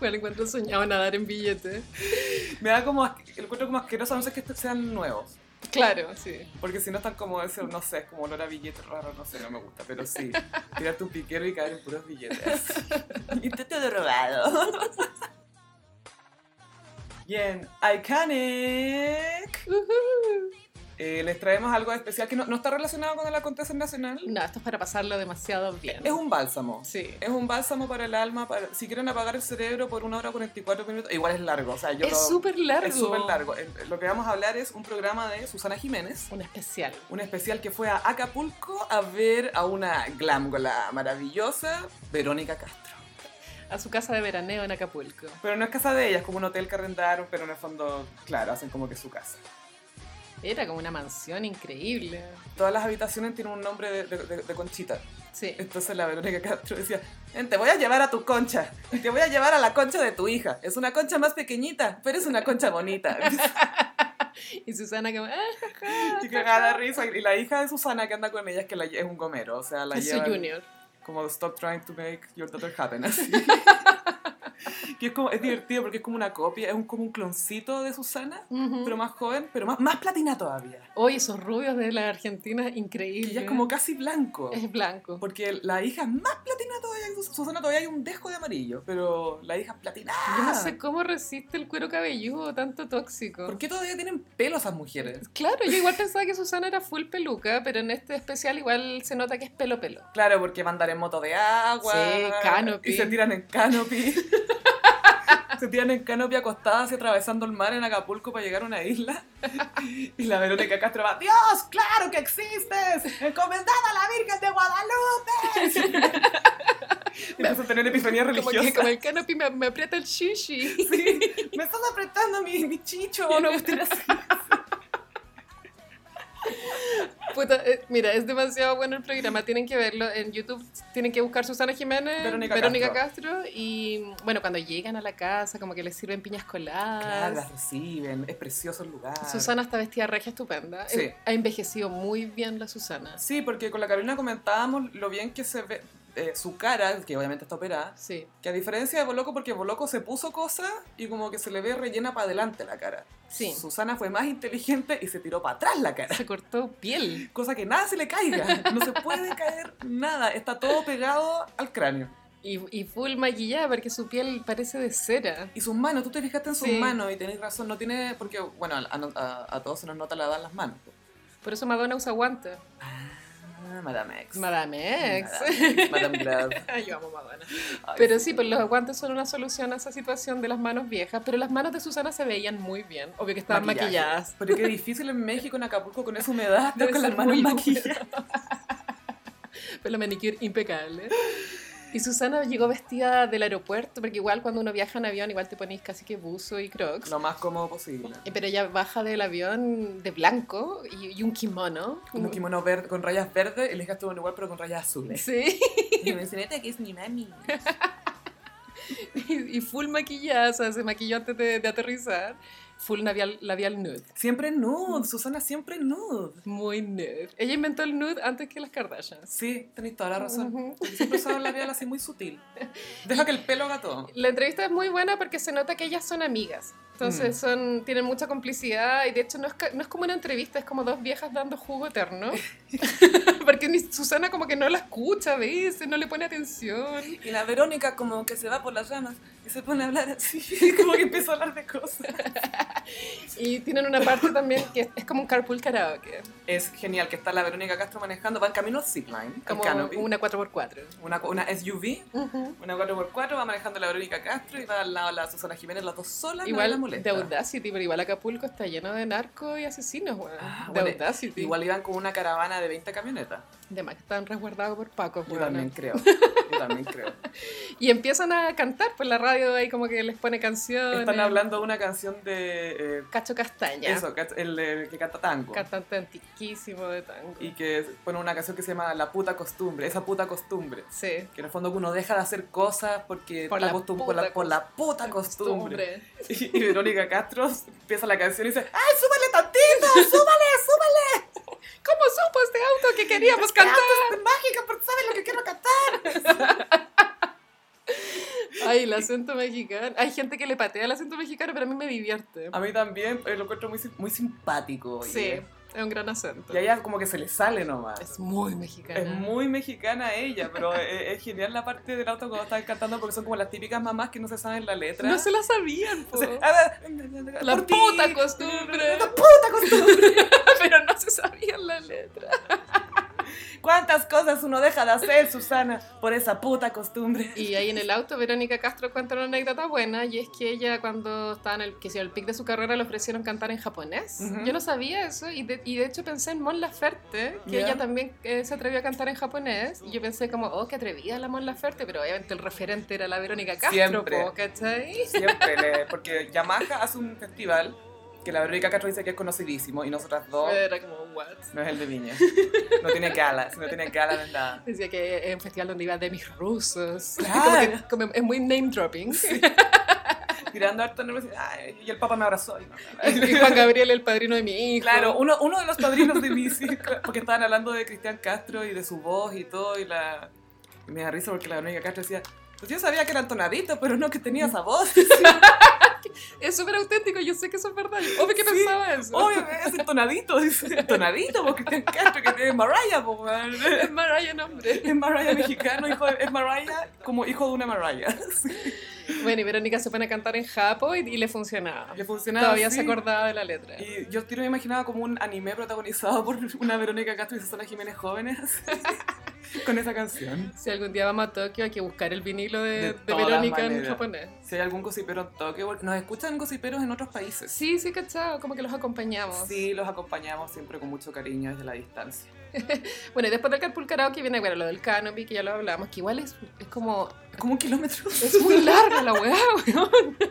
Speaker 2: Bueno, encuentro soñado nadar en billetes.
Speaker 1: Me da como, as- lo encuentro como asqueroso, a no ser que estos sean nuevos.
Speaker 2: Claro, sí.
Speaker 1: Porque si no están como ese, no sé, es como olor a billetes raro, no sé, no me gusta. Pero sí, tirarte un piquero y caer en puros billetes.
Speaker 3: Y tú todo robado.
Speaker 1: Bien, Iconic.
Speaker 2: Ujú.
Speaker 1: Eh, les traemos algo especial que no, no está relacionado con el acontecer nacional.
Speaker 2: No, esto es para pasarlo demasiado bien.
Speaker 1: Es un bálsamo.
Speaker 2: Sí.
Speaker 1: Es un bálsamo para el alma. para- si quieren apagar el cerebro por una hora 44 minutos, igual es largo. O sea, yo
Speaker 2: es
Speaker 1: lo-
Speaker 2: súper largo.
Speaker 1: Es súper largo. El- Lo que vamos a hablar es un programa de Susana Jiménez,
Speaker 2: Un especial.
Speaker 1: un especial que fue a Acapulco a ver a una glámgola maravillosa, Verónica Castro.
Speaker 2: a su casa de veraneo en Acapulco.
Speaker 1: Pero no es casa de ellas, como un hotel que arrendaron, pero en el fondo, claro, hacen como que es su casa.
Speaker 2: Era como una mansión increíble.
Speaker 1: Todas las habitaciones tienen un nombre de, de- de- de conchita.
Speaker 2: Sí.
Speaker 1: Entonces la Verónica Castro decía, "Ven, te voy a llevar a tu concha, te voy a llevar a la concha de tu hija. Es una concha más pequeñita, pero es una concha bonita.
Speaker 2: Y Susana como, ah,
Speaker 1: Y cagada de risa. Y la hija de Susana que anda con ella es que la lle- es un gomero, o sea, la
Speaker 2: es su
Speaker 1: lleva
Speaker 2: junior.
Speaker 1: como Stop Trying to Make Your Daughter Happen. Así. y es, como, es divertido porque es como una copia, es un, como un cloncito de Susana,
Speaker 2: Ujú.
Speaker 1: pero más joven, pero más, más platina todavía.
Speaker 2: Oye, esos rubios de la Argentina,
Speaker 1: Y
Speaker 2: increíble.
Speaker 1: ya es como casi blanco.
Speaker 2: Es blanco.
Speaker 1: Porque la hija es más platina todavía que Susana. Susana todavía hay un dejo de amarillo, pero la hija es platina.
Speaker 2: Yo no sé cómo resiste el cuero cabelludo tanto tóxico.
Speaker 1: ¿Por qué todavía tienen pelo esas mujeres?
Speaker 2: Claro, yo igual pensaba que Susana era full peluca, pero en este especial igual se nota que es pelo pelo.
Speaker 1: Claro, porque van a andar en moto de agua.
Speaker 2: Sí, canopy.
Speaker 1: Y se tiran en canopy. se tiran en canopy acostadas y atravesando el mar en Acapulco para llegar a una isla. Y la Verónica Castro va, Dios, claro que existes. Encomendada a la Virgen de Guadalupe. Y empieza a tener epifanía
Speaker 2: Como
Speaker 1: religiosa.
Speaker 2: que con el canopy me, me aprieta el shishi.
Speaker 1: Sí, me estás apretando mi, mi chicho. una cuestión así.
Speaker 2: Puta, eh, mira, es demasiado bueno el programa. Tienen que verlo en YouTube. Tienen que buscar Susana Jiménez,
Speaker 1: Verónica
Speaker 2: Verónica, Castro. Y bueno, cuando llegan a la casa, como que les sirven piñas
Speaker 1: Claro,
Speaker 2: coladas.
Speaker 1: las reciben, es precioso el lugar.
Speaker 2: Ah, Susana está vestida regia estupenda.
Speaker 1: Sí.
Speaker 2: Eh, Ha envejecido muy bien la Susana.
Speaker 1: Sí, porque con la Carolina comentábamos lo bien que se ve eh, su cara, que obviamente está operada,
Speaker 2: Sí.
Speaker 1: que a diferencia de Boloco, porque Boloco se puso cosas y como que se le ve rellena para adelante la cara.
Speaker 2: Sí.
Speaker 1: Susana fue más inteligente y se tiró para atrás la cara.
Speaker 2: Se cortó piel.
Speaker 1: Cosa que nada se le caiga, no se puede caer nada, está todo pegado al cráneo.
Speaker 2: Y, y full maquillada porque su piel parece de cera.
Speaker 1: Y sus manos, tú te fijaste en sus
Speaker 2: Sí.
Speaker 1: manos y tenés razón, no tiene, porque bueno, a, a- a todos se nos nota la edad en las manos.
Speaker 2: Por eso Madonna usa guantes.
Speaker 1: Ah, Madame X.
Speaker 2: Madame X.
Speaker 1: Madame X, Madame Grave.
Speaker 2: Ay, Yo amo Madonna.
Speaker 1: Ay,
Speaker 2: Pero sí, pues los guantes son una solución a esa situación de las manos viejas. Pero las manos de Susana se veían muy bien. Obvio que estaban
Speaker 1: Maquillaje.
Speaker 2: maquilladas.
Speaker 1: Pero qué difícil en México, en Acapulco, con esa humedad, estar
Speaker 2: Debe
Speaker 1: con las
Speaker 2: ser
Speaker 1: manos
Speaker 2: muy
Speaker 1: maquilladas.
Speaker 2: Pero la manicure impecable. Y Susana llegó vestida del aeropuerto, porque igual cuando uno viaja en avión, igual te ponís casi que buzo y crocs.
Speaker 1: Lo más cómodo posible.
Speaker 2: Eh, Pero ella baja del avión de blanco y, y un kimono.
Speaker 1: Un kimono verde, con rayas verdes, y les gasto un lugar, pero con rayas azules.
Speaker 2: Sí,
Speaker 1: Y me dicen, "Esta que es mi mami.
Speaker 2: y y full maquillada, o sea, se maquilló antes de, de aterrizar. Full labial, labial nude,
Speaker 1: Siempre nude, Susana siempre nude.
Speaker 2: muy nude. Ella inventó el nude antes que las Kardashians.
Speaker 1: Sí, tenéis toda la razón.
Speaker 2: Ujú.
Speaker 1: Porque siempre usaba la labial así muy sutil. Deja que el pelo haga todo.
Speaker 2: La entrevista es muy buena porque se nota que ellas son amigas. Entonces son, tienen mucha complicidad y de hecho no es, ca- no es como una entrevista, es como dos viejas dando jugo eterno. porque ni Susana como que no la escucha a veces, no le pone atención.
Speaker 1: Y la Verónica como que se va por las ramas y se pone a hablar así, como que empieza a hablar de cosas.
Speaker 2: Y tienen una parte también que es como un carpool karaoke,
Speaker 1: Es genial que está la Verónica Castro manejando, va en camino al zipline, al
Speaker 2: como
Speaker 1: canopy.
Speaker 2: una 4x4.
Speaker 1: Una, una SUV, una 4x4, va manejando la Verónica Castro y va al lado la Susana Jiménez, las dos solas, nadie las
Speaker 2: Igual de
Speaker 1: molesta.
Speaker 2: Audacity, pero igual Acapulco está lleno de narcos y asesinos, weón.
Speaker 1: Ah,
Speaker 2: de
Speaker 1: bueno,
Speaker 2: Audacity.
Speaker 1: Igual iban con una caravana de 20 camionetas.
Speaker 2: Además que están resguardados por Paco,
Speaker 1: Yo
Speaker 2: weón.
Speaker 1: también creo. Yo también creo.
Speaker 2: Y empiezan a cantar, pues la radio ahí como que les pone canciones.
Speaker 1: Están hablando de una canción de. eh,
Speaker 2: Cacho Castaña,
Speaker 1: eso, cach- el, eh, que canta tango.
Speaker 2: cantante antiquísimo de tango.
Speaker 1: Y que pone una canción que se llama La puta costumbre, esa puta costumbre.
Speaker 2: Sí.
Speaker 1: Que en el fondo uno deja de hacer cosas porque
Speaker 2: Por
Speaker 1: está
Speaker 2: la
Speaker 1: acostum-
Speaker 2: puta
Speaker 1: por, la, por la puta costumbre. Y, y Verónica Castro empieza la canción y dice: ¡Ay, súbale tantito! ¡Súbale, súbale!
Speaker 2: ¿Cómo supo este auto que queríamos cantar?
Speaker 1: ¡Es mágica porque sabes lo que quiero cantar!
Speaker 2: Ay, el acento mexicano. Hay gente que le patea el acento mexicano, pero a mí me divierte.
Speaker 1: A mí también eh, lo encuentro muy, sim- muy simpático. y,
Speaker 2: Sí,
Speaker 1: eh,
Speaker 2: es un gran acento.
Speaker 1: Y a ella como que se le sale nomás.
Speaker 2: Es muy mexicana.
Speaker 1: Es muy mexicana ella, pero e-, es, es genial la parte del auto cuando están cantando porque son como las típicas mamás que no se saben la letra.
Speaker 2: No se la sabían, po.
Speaker 1: O sea, a ver,
Speaker 2: La
Speaker 1: por ti.
Speaker 2: puta costumbre.
Speaker 1: La puta costumbre.
Speaker 2: pero no se sabían la letra.
Speaker 3: ¿Cuántas cosas uno deja de hacer, Susana, por esa puta costumbre?
Speaker 2: Y ahí en el auto, Verónica Castro cuenta una anécdota buena, y es que ella cuando estaba en el, que sea, el pic de su carrera le ofrecieron cantar en japonés.
Speaker 3: Ujú.
Speaker 2: Yo no sabía eso, y de, y de hecho pensé en Mon Laferte, que
Speaker 3: Ya.
Speaker 2: ella también eh, se atrevió a cantar en japonés, y yo pensé como, oh, qué atrevida la Mon Laferte, pero obviamente el referente era la Verónica Castro,
Speaker 1: Siempre.
Speaker 2: po, ¿cachai?
Speaker 1: Siempre, le- porque Yamaha hace un festival que la Verónica Castro dice que es conocidísimo y nosotras dos
Speaker 2: Era como, what?
Speaker 1: no es el de Viña. No tiene gala, si no tiene gala no es nada.
Speaker 2: Decía que es un festival donde iba de mis rusos.
Speaker 1: Claro.
Speaker 2: Como que- como es muy name dropping.
Speaker 1: Tirando harto nervios, "Ay, y el papá me abrazó. y no,
Speaker 2: Y Juan Gabriel, el padrino de mi hijo.
Speaker 1: Claro, uno, uno de los padrinos de bici, porque estaban hablando de Cristian Castro y de su voz y todo, y la... y me da risa porque la Verónica Castro decía, pues yo sabía que eran tonaditos, pero no que tenía esa voz.
Speaker 2: Es súper auténtico, yo sé que eso es verdad. Obvio que pensaba eso.
Speaker 1: Obvio, es el tonadito, dice, tonadito, porque Cristian Castro, que tiene Mariah, po, weón.
Speaker 2: Es Mariah nombre.
Speaker 1: Es Mariah mexicano, hijo de- es Mariah como hijo de una Mariah.
Speaker 2: Bueno, y Verónica se pone a cantar en japo y, y le funcionaba.
Speaker 1: Le funcionaba
Speaker 2: Todavía
Speaker 1: así.
Speaker 2: se acordaba de la letra.
Speaker 1: Y yo tiro me imaginaba como un anime protagonizado por una Verónica Castro y Susana Jiménez jóvenes con esa canción.
Speaker 2: Si algún día vamos a Tokio hay que buscar el vinilo de,
Speaker 1: De
Speaker 2: de
Speaker 1: todas
Speaker 2: Verónica en
Speaker 1: maneras.
Speaker 2: japonés.
Speaker 1: Si hay algún gossipero en Tokio, porque nos escuchan gossiperos en otros países.
Speaker 2: Sí, sí, cachado, como que los acompañamos.
Speaker 1: Sí, los acompañamos siempre con mucho cariño desde la distancia.
Speaker 2: Bueno, y después del Carpool Karaoke viene, bueno, lo del Canopy, que ya lo hablábamos, que igual es, es como
Speaker 1: Es como un kilómetro.
Speaker 2: Es muy larga la weá, weón. Yo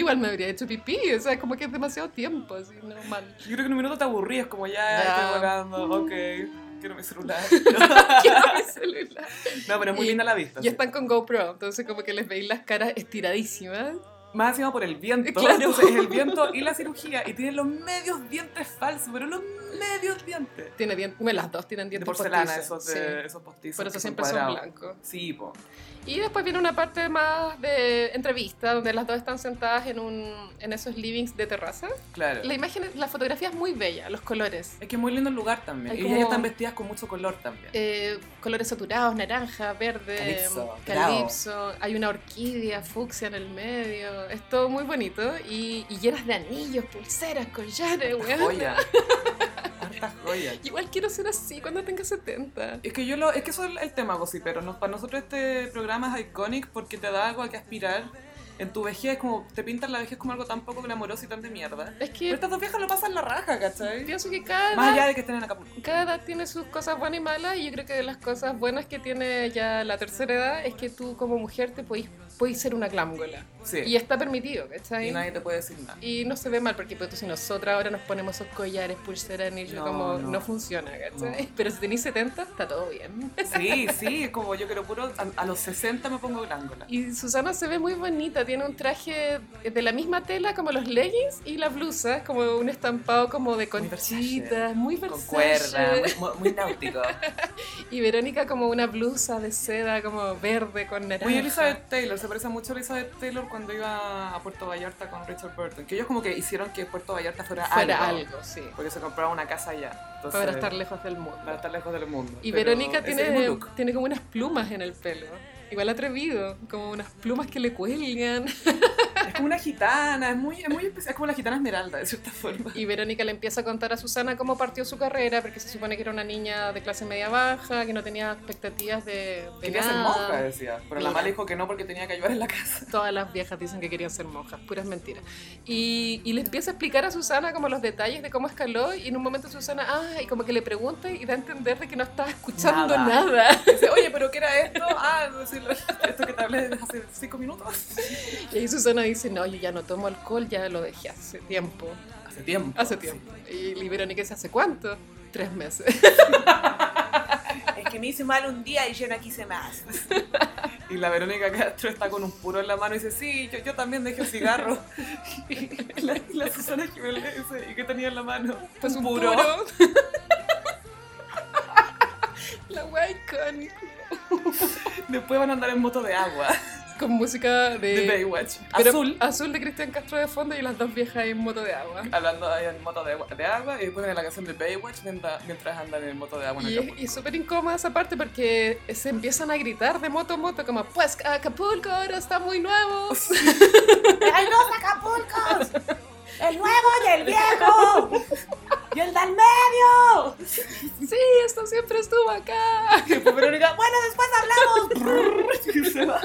Speaker 2: igual me habría hecho pipí, o sea, como que es demasiado tiempo, así, no mal.
Speaker 1: Yo creo que en un minuto te aburrí, es como ya
Speaker 2: Ya.
Speaker 1: estoy volando, ok, quiero mi celular.
Speaker 2: Quiero mi celular.
Speaker 1: No, pero es muy
Speaker 2: Y-
Speaker 1: linda la vista.
Speaker 2: Y
Speaker 1: sí.
Speaker 2: están con GoPro, entonces como que les veis las caras estiradísimas.
Speaker 1: Más encima por el viento.
Speaker 2: Claro.
Speaker 1: Entonces es el viento y la cirugía. Y tienen los medios dientes falsos, pero los medios dientes.
Speaker 2: Tiene dientes, bueno, las dos tienen
Speaker 1: De
Speaker 2: dientes
Speaker 1: porcelana,
Speaker 2: postizos,
Speaker 1: esos, de, esos postizos.
Speaker 2: Por
Speaker 1: que
Speaker 2: eso
Speaker 1: son
Speaker 2: siempre son
Speaker 1: cuadrados.
Speaker 2: blancos.
Speaker 1: Sí, po.
Speaker 2: Y después viene una parte más de entrevista, donde las dos están sentadas en, un, en esos livings de terraza.
Speaker 1: claro.
Speaker 2: La imagen, la fotografía es muy bella, los colores.
Speaker 1: Es que es muy lindo el lugar también.
Speaker 2: Hay
Speaker 1: y
Speaker 2: como-
Speaker 1: ellas están vestidas con mucho color también.
Speaker 2: Eh, colores saturados, naranja, verde,
Speaker 1: Calipso,
Speaker 2: calipso, hay una orquídea fucsia en el medio, es todo muy bonito y, y llenas de anillos, pulseras, collares, weón.
Speaker 1: Joya. Hartas joyas.
Speaker 2: Igual quiero ser así cuando tenga 70.
Speaker 1: Es que yo lo, es que eso es el tema, pues pero Para nosotros este programa es iconic porque te da algo a que aspirar. En tu vejez, como te pintan la vejez como algo tan poco glamoroso y tan de mierda.
Speaker 2: Es
Speaker 1: Pero
Speaker 2: que
Speaker 1: estas dos viejas lo pasan la raja, ¿cachai?
Speaker 2: pienso que cada
Speaker 1: Más allá
Speaker 2: edad,
Speaker 1: de que estén en Acapulco.
Speaker 2: cada edad tiene sus cosas buenas y malas y yo creo que de las cosas buenas que tiene ya la tercera edad es que tú como mujer te podís, podís ser una glámgola.
Speaker 1: Sí.
Speaker 2: Y está permitido, ¿cachai?
Speaker 1: Y nadie te puede decir nada.
Speaker 2: Y no se ve mal, porque pues, tú, si nosotras ahora nos ponemos esos collares, pulseras, anillos,
Speaker 1: No,
Speaker 2: como no,
Speaker 1: no.
Speaker 2: funciona, ¿cachai? Pero si tenéis 70, está todo bien.
Speaker 1: Sí, sí, es como yo quiero puro. A, a los 60 me pongo glándola.
Speaker 2: Y Susana se ve muy bonita, tiene un traje de la misma tela como los leggings y la blusa, es como un estampado como de conchitas, muy
Speaker 1: Con
Speaker 2: Versace.
Speaker 1: cuerda, muy, muy- muy náutico.
Speaker 2: Y Verónica como una blusa de seda como verde con naranja.
Speaker 1: Muy Elizabeth Taylor, se parece mucho a Elizabeth Taylor cuando iba a Puerto Vallarta con Richard Burton. Que ellos como que hicieron que Puerto Vallarta fuera,
Speaker 2: Fuera
Speaker 1: algo.
Speaker 2: algo, sí.
Speaker 1: Porque se compraron una casa allá. Entonces,
Speaker 2: Para estar lejos del mundo.
Speaker 1: para estar lejos del mundo.
Speaker 2: Y
Speaker 1: Pero
Speaker 2: Verónica
Speaker 1: ese es mi
Speaker 2: tiene,
Speaker 1: look.
Speaker 2: tiene como unas plumas en el pelo. Igual atrevido, como unas plumas que le cuelgan.
Speaker 1: Es como una gitana, es muy, es muy especial. Es como la gitana esmeralda, de cierta forma.
Speaker 2: Y Verónica le empieza a contar a Susana cómo partió su carrera, porque se supone que era una niña de clase media baja, que no tenía expectativas de, de
Speaker 1: Quería ser
Speaker 2: nada.
Speaker 1: monja, decía. Pero la
Speaker 2: Mira.
Speaker 1: mala dijo que no porque tenía que ayudar en la casa.
Speaker 2: Todas las viejas dicen que querían ser monjas, puras mentiras. Y, y le empieza a explicar a Susana como los detalles de cómo escaló y en un momento Susana, ah, y como que le pregunta y da a entender de que no estaba escuchando
Speaker 1: Nada.
Speaker 2: nada.
Speaker 1: Dice, oye, pero ¿qué era esto? Ah, no sé, lo- esto que te hablé desde hace cinco minutos.
Speaker 2: Y ahí Susana dice, no, yo ya no tomo alcohol, ya lo dejé hace tiempo.
Speaker 1: Hace tiempo.
Speaker 2: Hace tiempo. Y Y Verónica dice, ¿hace cuánto? Tres meses.
Speaker 3: Es que me hice mal un día y yo no quise más.
Speaker 1: Y la Verónica Castro está con un puro en la mano y dice, sí, yo, yo también dejé un cigarro. y la, y la Susana Jiménez le dice, ¿y qué tenía en la mano?
Speaker 2: Pues un puro. La wea icónica.
Speaker 1: Después van a andar en moto de agua,
Speaker 2: Con música de...
Speaker 1: de Baywatch.
Speaker 2: pero-
Speaker 1: Azul.
Speaker 2: Azul de Cristian Castro de fondo y las dos viejas ahí en moto de agua.
Speaker 1: Hablando ahí en moto de, agua- de agua y después viene la canción de Baywatch mientras, mientras andan en moto de agua en
Speaker 2: Y es
Speaker 1: Acapulco.
Speaker 2: y es súper incómoda esa parte porque se empiezan a gritar de moto a moto como pues Acapulco ahora está muy nuevo.
Speaker 3: ¡Hay dos Acapulcos! ¡El nuevo y el viejo! ¡Y el del medio!
Speaker 2: Sí, esto siempre estuvo acá.
Speaker 3: Y fue Verónica, bueno, después hablamos. Y se va.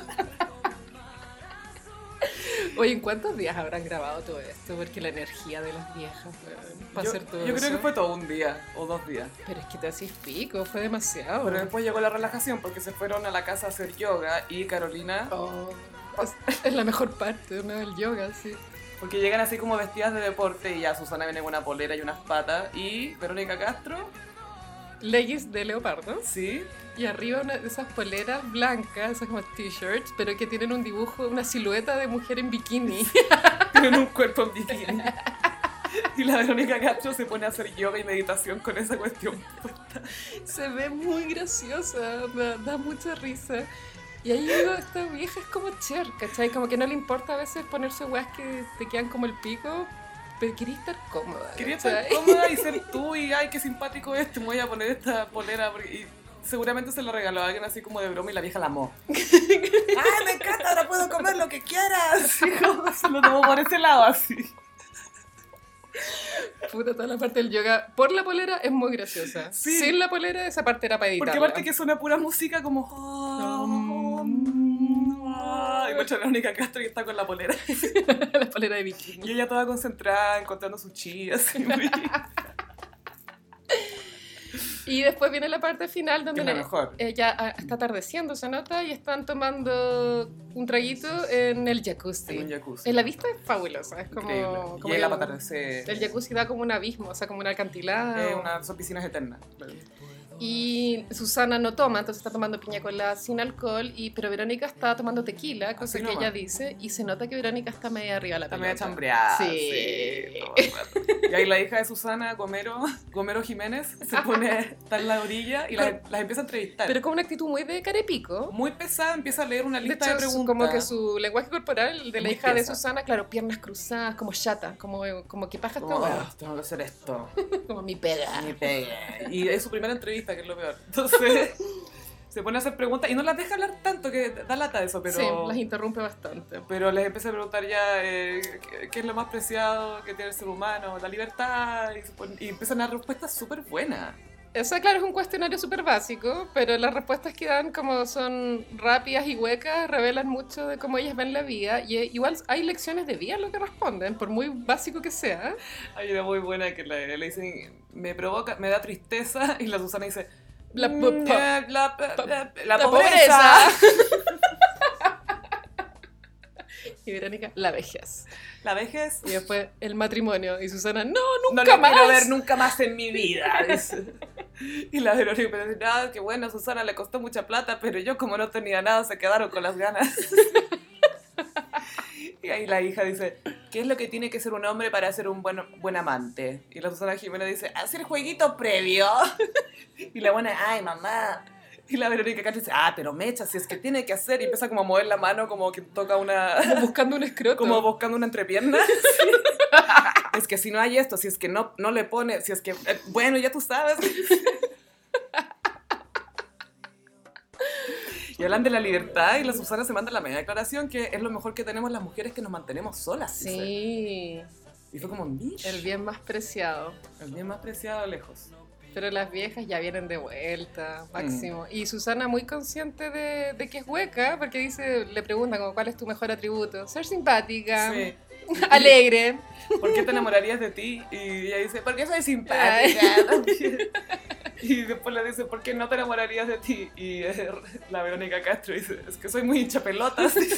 Speaker 2: Oye, ¿en cuántos días habrán grabado todo esto? Porque la energía de las viejas, weón, para
Speaker 1: Yo,
Speaker 2: hacer todo
Speaker 1: yo
Speaker 2: eso.
Speaker 1: creo que fue todo un día o dos días.
Speaker 2: Pero es que te hacís pico, fue demasiado.
Speaker 1: Pero después llegó la relajación porque se fueron a la casa a hacer yoga y Carolina,
Speaker 2: Oh, es, es la mejor parte, ¿no? El yoga, sí.
Speaker 1: porque llegan así como vestidas de deporte y ya Susana viene con una polera y unas patas y Verónica Castro,
Speaker 2: Leggings de leopardo
Speaker 1: sí,
Speaker 2: y arriba una de esas poleras blancas, esas como t-shirts, pero que tienen un dibujo, una silueta de mujer en bikini.
Speaker 1: tienen un cuerpo en bikini. Y la Verónica Castro se pone a hacer yoga y meditación con esa cuestión.
Speaker 2: Se ve muy graciosa, da, da mucha risa. Y ahí digo, esta vieja es como Cher, ¿cachai? Como que no le importa a veces ponerse weas que te quedan como el pico, pero quería estar cómoda.
Speaker 1: Quería estar
Speaker 2: ¿cachai?
Speaker 1: cómoda y ser tú y ay, qué simpático es, te voy a poner esta polera. porque- Y seguramente se la regaló a alguien así como de broma y la vieja la amó.
Speaker 3: ¡Ay, me encanta! Ahora puedo comer lo que quieras.
Speaker 1: Se lo tomó por ese lado así.
Speaker 2: Puta, toda la parte del yoga por la polera es muy graciosa.
Speaker 1: Sí.
Speaker 2: Sin la polera, esa parte era para editarla.
Speaker 1: Porque aparte que suena pura música como... "Oh, ah", Y mucha Verónica Castro que está con la polera.
Speaker 2: la polera de bikini.
Speaker 1: Y ella toda concentrada, encontrando su chi, así. muy-
Speaker 2: Y después viene la parte final donde
Speaker 1: Es la
Speaker 2: le-
Speaker 1: mejor.
Speaker 2: eh, ya ah, está atardeciendo, se nota, y están tomando un traguito en el jacuzzi.
Speaker 1: En un jacuzzi.
Speaker 2: Eh, la vista es fabulosa, es como...
Speaker 1: Increíble. y
Speaker 2: como
Speaker 1: el
Speaker 2: el-
Speaker 1: atardecer.
Speaker 2: El jacuzzi da como un abismo, o sea, como un alcantilado.
Speaker 1: Eh, una- son piscinas eternas.
Speaker 2: Y Susana no toma, entonces está tomando piña colada sin alcohol, y, pero Verónica está tomando tequila,
Speaker 1: Así
Speaker 2: cosa que
Speaker 1: nomás.
Speaker 2: ella dice, y se nota que Verónica está media arriba de la
Speaker 1: Está media
Speaker 2: pelota.
Speaker 1: chambreada.
Speaker 2: Sí.
Speaker 1: todo el rato. y ahí la hija de Susana, Gomero, Gomero Jiménez, se pone, está en la orilla y las, las empieza a entrevistar.
Speaker 2: Pero con una actitud muy de carepico.
Speaker 1: muy pesada, empieza a leer una
Speaker 2: De
Speaker 1: lista
Speaker 2: hecho,
Speaker 1: de
Speaker 2: su-
Speaker 1: preguntas.
Speaker 2: como que su lenguaje corporal, el de la
Speaker 1: Muy
Speaker 2: hija de
Speaker 1: tiesa.
Speaker 2: Susana, claro, piernas cruzadas, como chata, como, como que paja esta
Speaker 1: Como,
Speaker 2: hueá,
Speaker 1: "Ah, tengo que hacer esto.
Speaker 2: como mi peda.
Speaker 1: Ni pegue. Y es su primera entrevista, que es lo peor. Entonces, se pone a hacer preguntas y no las deja hablar tanto, que da lata eso, pero...
Speaker 2: Sí, las interrumpe bastante.
Speaker 1: pero les empecé a preguntar ya eh, qué- qué es lo más preciado que tiene el ser humano, la libertad, y, se pon- y empiezan a dar respuestas súper buenas.
Speaker 2: O sea, claro, es un cuestionario súper básico, pero las respuestas que dan, como son rápidas y huecas, revelan mucho de cómo ellas ven la vida. Y eh, igual hay lecciones de vida en lo que responden, por muy básico que sea.
Speaker 1: Hay una muy buena que le, le dicen, me provoca, me da tristeza, y la Susana dice,
Speaker 2: La
Speaker 1: "Mm,
Speaker 2: po- po-
Speaker 1: eh, la-
Speaker 2: po-
Speaker 1: la- la
Speaker 2: ¡La
Speaker 1: pobreza.
Speaker 2: y Verónica, la vejez.
Speaker 1: La vejez.
Speaker 2: Y después el matrimonio. Y Susana, no,
Speaker 1: No
Speaker 2: nunca
Speaker 1: lo
Speaker 2: más.
Speaker 1: quiero ver nunca más en mi vida. dice. Y la Verónica dice, nada, que bueno, Susana le costó mucha plata, pero yo como no tenía nada, se quedaron con las ganas. Y ahí la hija dice, ¿qué es lo que tiene que ser un hombre para ser un buen, buen amante? Y la Susana Jimena dice, hacer jueguito previo. Y la buena, ay, mamá. Y la Verónica Castro dice, ah, pero mecha, si es que tiene que hacer. Y empieza como a mover la mano, como que toca una...
Speaker 2: Como buscando un escroto.
Speaker 1: Como buscando una entrepierna. es que si no hay esto, si es que no, no le pone, si es que. eh, bueno, ya tú sabes. y hablan de la libertad y la Susana se manda la media declaración que es lo mejor que tenemos las mujeres que nos mantenemos solas. dice.
Speaker 2: Sí,
Speaker 1: Y fue como, "Mish,
Speaker 2: el bien más preciado.
Speaker 1: el bien más preciado lejos.
Speaker 2: Pero las viejas ya vienen de vuelta,
Speaker 1: Mm.
Speaker 2: máximo. Y Susana muy consciente de, de que es hueca, porque dice, le pregunta como, ¿cuál es tu mejor atributo? Ser simpática,
Speaker 1: Sí.
Speaker 2: alegre.
Speaker 1: ¿Por qué te enamorarías de ti? Y ella dice, porque soy simpática. Y después le dice, ¿por qué no te enamorarías de ti? Y eh, la Verónica Castro dice, es que soy muy hincha pelotas.
Speaker 2: Y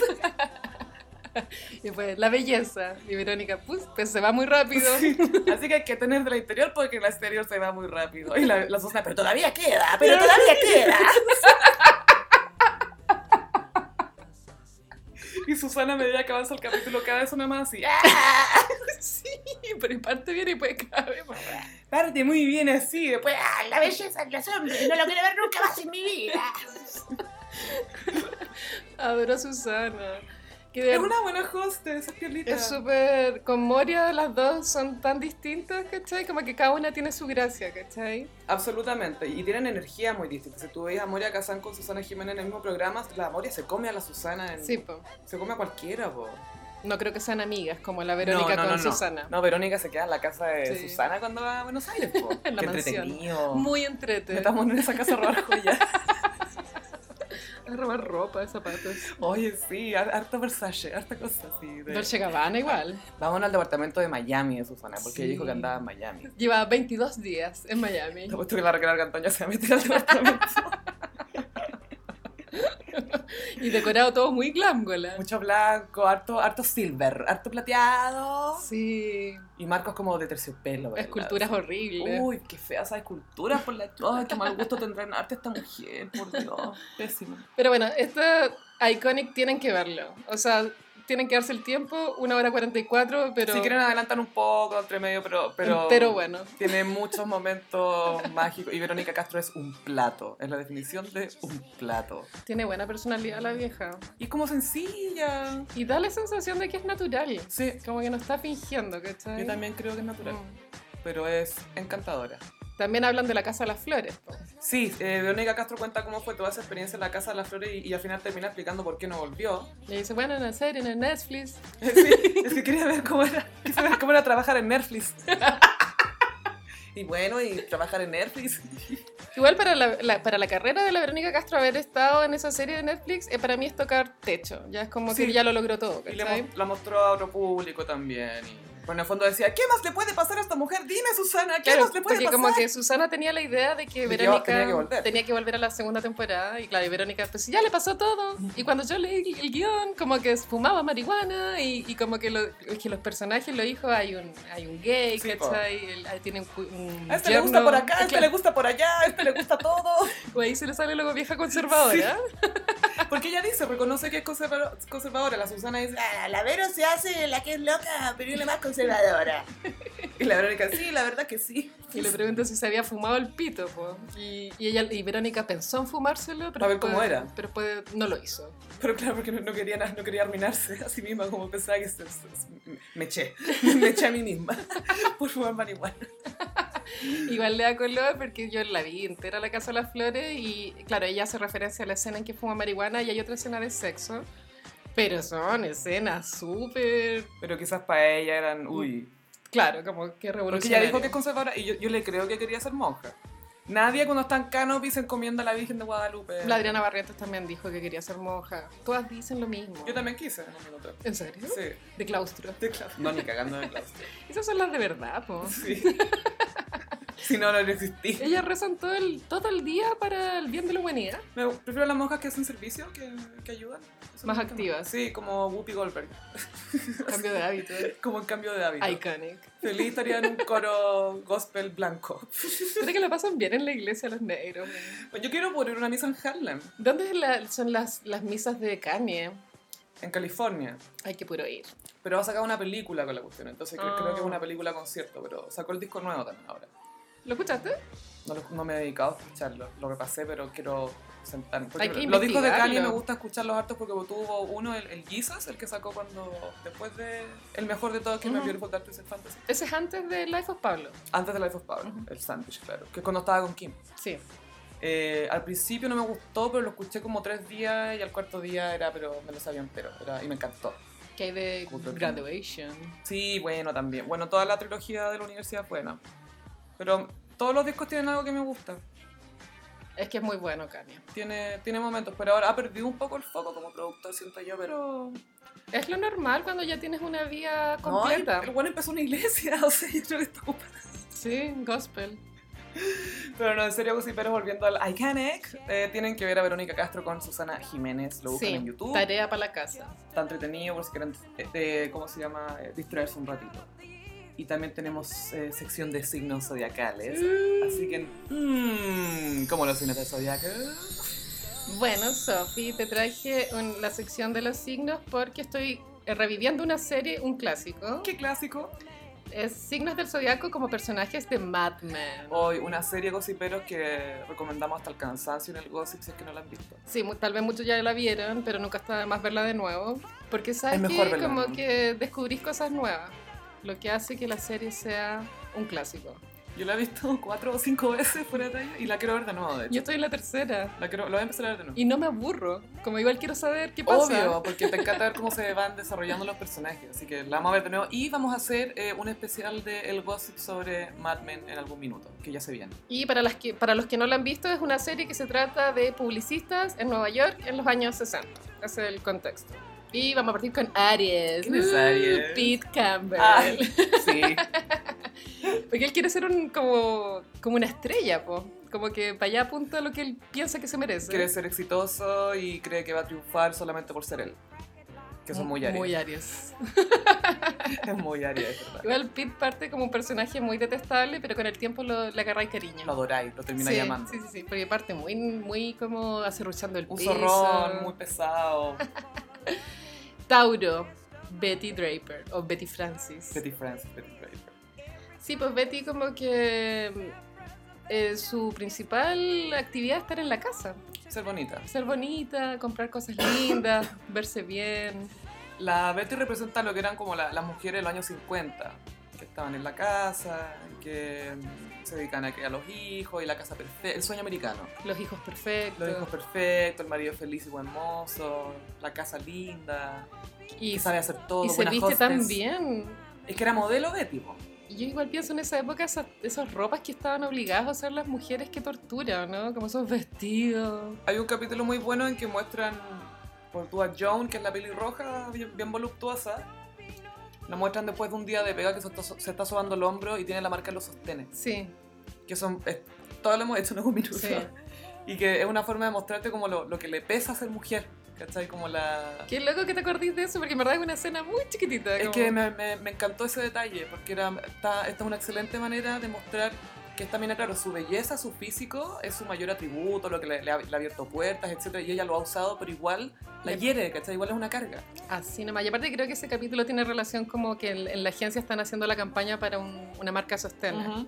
Speaker 2: después, la belleza. Y Verónica, pues, pues se va muy rápido.
Speaker 1: Así que hay que tener de la interior porque la exterior se va muy rápido. Y la, la Susana, pero todavía queda, pero
Speaker 3: Pero
Speaker 1: todavía.
Speaker 3: todavía queda.
Speaker 1: Y Susana, a medida que avanza el capítulo, cada vez una más así. ¡Ah!
Speaker 2: sí, pero y parte viene y pues cada vez más.
Speaker 1: Parte muy bien así, después. ¡ah!
Speaker 3: Ah, la belleza de los hombres. No lo quiero ver nunca más en mi vida.
Speaker 2: Adoro a Susana. Que de
Speaker 1: Es una buena hostess, es piolita.
Speaker 2: Es súper. Con Moria las dos son tan distintas, ¿cachai? Como que cada una tiene su gracia, ¿cachai?
Speaker 1: Absolutamente, y tienen energía muy distinta. Si tú veis a Moria Kazan con Susana Jiménez en el mismo programa, la Moria se come a la Susana. en-
Speaker 2: Sí, po.
Speaker 1: Se come a cualquiera, po.
Speaker 2: No creo que sean amigas como la Verónica con Susana.
Speaker 1: No, Verónica se queda en la casa de
Speaker 2: Sí.
Speaker 1: Susana cuando va a Buenos Aires. po.
Speaker 2: En la
Speaker 1: Qué
Speaker 2: mansión.
Speaker 1: entretenido.
Speaker 2: Muy entrete.
Speaker 1: Estamos en esa casa a robar joyas.
Speaker 2: A robar ropa, zapatos.
Speaker 1: Oye, sí, har- harto Versace, harta cosa así. de-
Speaker 2: Dolce Gabbana igual.
Speaker 1: Vámonos al departamento de Miami de Susana, porque
Speaker 2: Sí.
Speaker 1: ella dijo que andaba en Miami.
Speaker 2: Lleva 22 días en Miami.
Speaker 1: Te puesto que la Raquel Cantoña se va a meter al departamento.
Speaker 2: Y decorado todo muy glámgola.
Speaker 1: Mucho blanco, harto, harto silver, harto plateado.
Speaker 2: Sí. Uh.
Speaker 1: Y marcos como de terciopelo. por el
Speaker 2: Esculturas
Speaker 1: lado.
Speaker 2: horribles.
Speaker 1: Uy, qué feas esas esculturas por la... Ay, qué mal gusto tendrán arte esta mujer, por Dios. Pésimo.
Speaker 2: Pero bueno, esta Iconic tienen que verlo. O sea, tienen que darse el tiempo, una hora 44, pero...
Speaker 1: Si quieren adelantar un poco, entre medio, pero... Pero,
Speaker 2: pero bueno.
Speaker 1: Tiene muchos momentos mágicos. Y Verónica Castro es un plato. Es la definición de un plato.
Speaker 2: Tiene buena personalidad la vieja.
Speaker 1: Y como sencilla.
Speaker 2: Y da la sensación de que es natural.
Speaker 1: Sí,
Speaker 2: Como que no está fingiendo, ¿cachai?
Speaker 1: yo también creo que es natural.
Speaker 2: Mm.
Speaker 1: Pero es encantadora.
Speaker 2: También hablan de la Casa de las Flores. po.
Speaker 1: Sí, eh, Verónica Castro cuenta cómo fue toda esa experiencia en la Casa de las Flores y, y al final termina explicando por qué no volvió.
Speaker 2: Y dice, bueno, en la serie, en el Netflix.
Speaker 1: Sí, es que quería ver cómo era, quise ver cómo era trabajar en Netflix. Y bueno, y trabajar en Netflix.
Speaker 2: Igual para la, la- para la carrera de la Verónica Castro haber estado en esa serie de Netflix, eh, para mí es tocar techo. Ya es como
Speaker 1: Sí.
Speaker 2: que ya lo logró todo,
Speaker 1: Y
Speaker 2: ¿cachai?
Speaker 1: le mo- la mostró a otro público también. Y, bueno, en el fondo decía, ¿qué más le puede pasar a esta mujer? Dime, Susana, ¿qué
Speaker 2: Claro,
Speaker 1: más le puede
Speaker 2: porque
Speaker 1: pasar?
Speaker 2: como que Susana tenía la idea de
Speaker 1: De
Speaker 2: que
Speaker 1: que
Speaker 2: Verónica
Speaker 1: tenía que volver.
Speaker 2: volver a la segunda temporada y claro, y Verónica pues ya le pasó todo y cuando yo leí el guión como que fumaba marihuana y, y como que, lo- es que los personajes, los hijos, hay un, hay un gay,
Speaker 1: Sí, po.
Speaker 2: ¿cachai? El- ahí tiene un, cu- un
Speaker 1: A este le gusta
Speaker 2: yerno.
Speaker 1: por acá, a este
Speaker 2: Claro,
Speaker 1: le gusta por allá, a este le gusta todo.
Speaker 2: o ahí se le sale luego vieja conservadora.
Speaker 1: Porque ella dice, reconoce que es conserva- conservadora. La Susana dice,
Speaker 3: Ah, la Vero se hace la que es loca, pero es la más conservadora.
Speaker 1: y la Verónica, sí, la verdad que sí.
Speaker 2: Y le pregunta si se había fumado el pito, po. Y, y ella y Verónica pensó en fumárselo, pero
Speaker 1: A ver cómo
Speaker 2: después-
Speaker 1: era.
Speaker 2: pero después no lo hizo.
Speaker 1: Pero claro, porque no, no quería, na- no quería arruinarse a sí misma, como pensaba que se- se- se- me eché, me eché a mí misma por fumar marihuana.
Speaker 2: Igual le da color porque yo la vi entera la Casa de las Flores y claro, ella hace referencia a la escena en que fuma marihuana y hay otra escena de sexo. Pero son escenas súper,
Speaker 1: Pero quizás para ella eran, uy.
Speaker 2: claro, como que
Speaker 1: Porque ella
Speaker 2: revolucionarias.
Speaker 1: dijo que es conservadora y yo, yo le creo que quería ser monja. Nadie cuando está en Canopy se encomienda a la Virgen de Guadalupe.
Speaker 2: La Adriana Barrientos también dijo que quería ser monja. Todas dicen lo mismo.
Speaker 1: Yo también quise en un minuto.
Speaker 2: ¿En serio?
Speaker 1: Sí,
Speaker 2: De claustro.
Speaker 1: de claustro. No, ni cagando de claustro.
Speaker 2: Esas son las de verdad, po.
Speaker 1: Sí. si no, no existí.
Speaker 2: Ellas rezan todo el, todo el día para el bien de la humanidad.
Speaker 1: Me prefiero las monjas que hacen servicio, que, que ayudan. Eso
Speaker 2: Más
Speaker 1: me gusta
Speaker 2: activas.
Speaker 1: Sí, como Whoopi Goldberg.
Speaker 2: Cambio de hábito.
Speaker 1: Como en cambio de hábito.
Speaker 2: Iconic.
Speaker 1: Feliz estaría en un coro gospel blanco.
Speaker 2: Creo que la pasan bien en la iglesia los negros.
Speaker 1: Yo quiero poner una misa en Harlem,
Speaker 2: ¿Dónde es la- son las, las misas de Kanye?
Speaker 1: en California.
Speaker 2: Hay que puro ir.
Speaker 1: Pero va a sacar una película con la cuestión, entonces cre-
Speaker 2: Ah.
Speaker 1: creo que es una película concierto, pero sacó el disco nuevo también ahora.
Speaker 2: ¿Lo escuchaste?
Speaker 1: No, lo- no me he dedicado a escucharlo, lo repasé, pero quiero sentarme. Porque
Speaker 2: Hay que
Speaker 1: los discos de Kanye
Speaker 2: investigarlo.
Speaker 1: me gusta escucharlos hartos porque tuvo uno, el, el Jesus, el que sacó cuando, después de, el mejor de todos que me
Speaker 2: Ujú.
Speaker 1: vio el Dark Twisted Fantasy,
Speaker 2: Ese es antes de Life of Pablo.
Speaker 1: antes de Life of Pablo,
Speaker 2: Ujú.
Speaker 1: el Sandwich, claro, que es cuando estaba con Kim.
Speaker 2: Sí.
Speaker 1: Eh, al principio no me gustó, pero lo escuché como tres días y al cuarto día era, pero me lo sabía entero, era, y me encantó.
Speaker 2: Que hay de
Speaker 1: Justo aquí.
Speaker 2: Graduation.
Speaker 1: Sí, bueno, también. Bueno, toda la trilogía de la universidad es buena. Pero todos los discos tienen algo que me gusta.
Speaker 2: Es que es muy bueno, Kanye.
Speaker 1: Tiene, tiene momentos, pero ahora ha perdido un poco el foco como productor, siento yo, pero...
Speaker 2: Es lo normal cuando ya tienes una vida
Speaker 1: No,
Speaker 2: completa.
Speaker 1: el- el bueno empezó una iglesia, o sea, yo creo que está ocupado.
Speaker 2: Sí, gospel.
Speaker 1: Pero no, en serio, pues pero volviendo al Iconic, eh, tienen que ver a Verónica Castro con Susana Jiménez, lo buscan
Speaker 2: sí,
Speaker 1: en YouTube.
Speaker 2: tarea para la casa.
Speaker 1: Está entretenido por si quieren, eh, eh, ¿cómo se llama? Eh, distraerse un ratito. Y también tenemos eh, sección de signos zodiacales.
Speaker 2: Mm.
Speaker 1: Así que, mmm, ¿cómo los signos de zodiaco?
Speaker 2: Bueno, Sofi, te traje un- la sección de los signos porque estoy eh, reviviendo una serie, un clásico.
Speaker 1: Qué clásico.
Speaker 2: Es Signos del Zodiaco como personajes de Mad Men.
Speaker 1: Hoy una serie de gossiperos que recomendamos hasta el cansancio en el gossip si es que no la han visto.
Speaker 2: Sí, mu- tal vez muchos ya la vieron, pero nunca está de más verla de nuevo. Porque sabes
Speaker 1: Es mejor
Speaker 2: que
Speaker 1: verla de
Speaker 2: como
Speaker 1: nuevo.
Speaker 2: que descubrís cosas nuevas, lo que hace que la serie sea un clásico.
Speaker 1: Yo la he visto cuatro o cinco veces fuera de talla y la quiero ver de nuevo, de hecho.
Speaker 2: Yo estoy en la tercera
Speaker 1: La, quiero, la voy a empezar a ver de nuevo.
Speaker 2: y no me aburro. Como igual quiero saber qué pasa.
Speaker 1: Obvio, porque te encanta ver cómo se van desarrollando los personajes, así que la vamos a ver de nuevo. Y vamos a hacer eh, un especial de El Gossip sobre Mad Men en algún minuto, que ya se viene.
Speaker 2: Y para, las que, para los que no la han visto, es una serie que se trata de publicistas en Nueva York en los años 60. Ese es el contexto. Y vamos a partir con Aries.
Speaker 1: ¿Quién es
Speaker 2: Uh,
Speaker 1: Aries? Ah,
Speaker 2: Pete Campbell.
Speaker 1: Ay. Sí,
Speaker 2: Porque él quiere ser un, como, como una estrella, po. Como que para allá apunta lo que él piensa que se merece.
Speaker 1: quiere ser exitoso y cree que va a triunfar solamente por ser él. Que son muy Aries.
Speaker 2: Muy Aries.
Speaker 1: Es muy Aries, es verdad.
Speaker 2: Igual Pete parte como un personaje muy detestable, pero con el tiempo lo, le agarráis cariño.
Speaker 1: Lo adoráis, lo termina
Speaker 2: sí,
Speaker 1: llamando.
Speaker 2: Sí, sí, sí, porque parte muy, muy como acerruchando el
Speaker 1: Un
Speaker 2: piso.
Speaker 1: zorrón muy pesado.
Speaker 2: Tauro, Betty Draper o Betty Francis.
Speaker 1: Betty Francis, Betty Draper.
Speaker 2: Sí, pues Betty como que eh, su principal actividad es estar en la casa,
Speaker 1: Ser bonita.
Speaker 2: ser bonita, comprar cosas lindas, verse bien.
Speaker 1: La Betty representa lo que eran como la- las mujeres de los años 50, que estaban en la casa, que mm, se dedican a criar a los hijos y la casa perfecta, el sueño americano.
Speaker 2: Los hijos perfectos.
Speaker 1: Los hijos perfectos, el marido feliz y buen mozo, la casa linda,
Speaker 2: y
Speaker 1: que sabe hacer todo,
Speaker 2: y se
Speaker 1: buena
Speaker 2: viste
Speaker 1: hostess.
Speaker 2: tan bien.
Speaker 1: Es que era modelo Betty, po.
Speaker 2: Y Yo igual pienso en esa época esas, esas ropas que estaban obligadas a usar las mujeres que tortura, ¿no? Como esos vestidos.
Speaker 1: Hay un capítulo muy bueno en que muestran por tú a Joan, que es la pelirroja, bien, bien voluptuosa. La muestran después de un día de pega que se está, so- se está sobando el hombro y tiene la marca en los sostenes.
Speaker 2: Sí,
Speaker 1: que son es- todo lo hemos hecho en algún minuto
Speaker 2: Sí.
Speaker 1: y que es una forma de mostrarte como lo, lo que le pesa ser mujer ¿cachai? como la
Speaker 2: Qué loco que te acordís de eso, porque en verdad es una escena muy chiquitita.
Speaker 1: es
Speaker 2: como-
Speaker 1: que me, me- me encantó ese detalle porque era está- esta es una excelente manera de mostrar que esta mina, claro, su belleza, su físico es su mayor atributo, lo que le, le ha, le ha abierto puertas, etcétera, y ella lo ha usado, pero igual la
Speaker 2: Le-
Speaker 1: hiere, ¿cachai? Igual es una carga.
Speaker 2: Así nomás. Y aparte creo que ese capítulo tiene relación como que en, en la agencia están haciendo la campaña para un- una marca sostena.
Speaker 1: Ujú.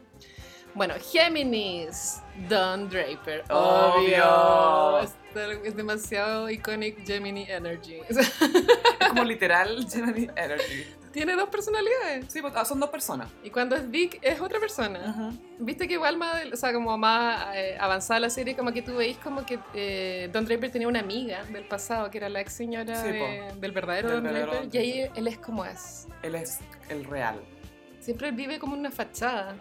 Speaker 2: Bueno, Géminis, Don Draper.
Speaker 1: Obvio.
Speaker 2: Esta- Es demasiado iconic Gemini Energy.
Speaker 1: Es como literal Gemini Energy.
Speaker 2: Tiene dos personalidades.
Speaker 1: Sí, pues, ah, son dos personas.
Speaker 2: Y cuando es Dick es otra
Speaker 1: Ah.
Speaker 2: persona. Viste que igual más, o sea, como más eh, avanzada la serie, como que tú veis como que eh, Don Draper tenía una amiga del pasado, que era la ex señora
Speaker 1: Sí,
Speaker 2: de- del verdadero
Speaker 1: Del
Speaker 2: Don
Speaker 1: verdadero
Speaker 2: Draper,
Speaker 1: Don
Speaker 2: y ahí él es como es.
Speaker 1: Él es el real.
Speaker 2: Siempre vive como una fachada.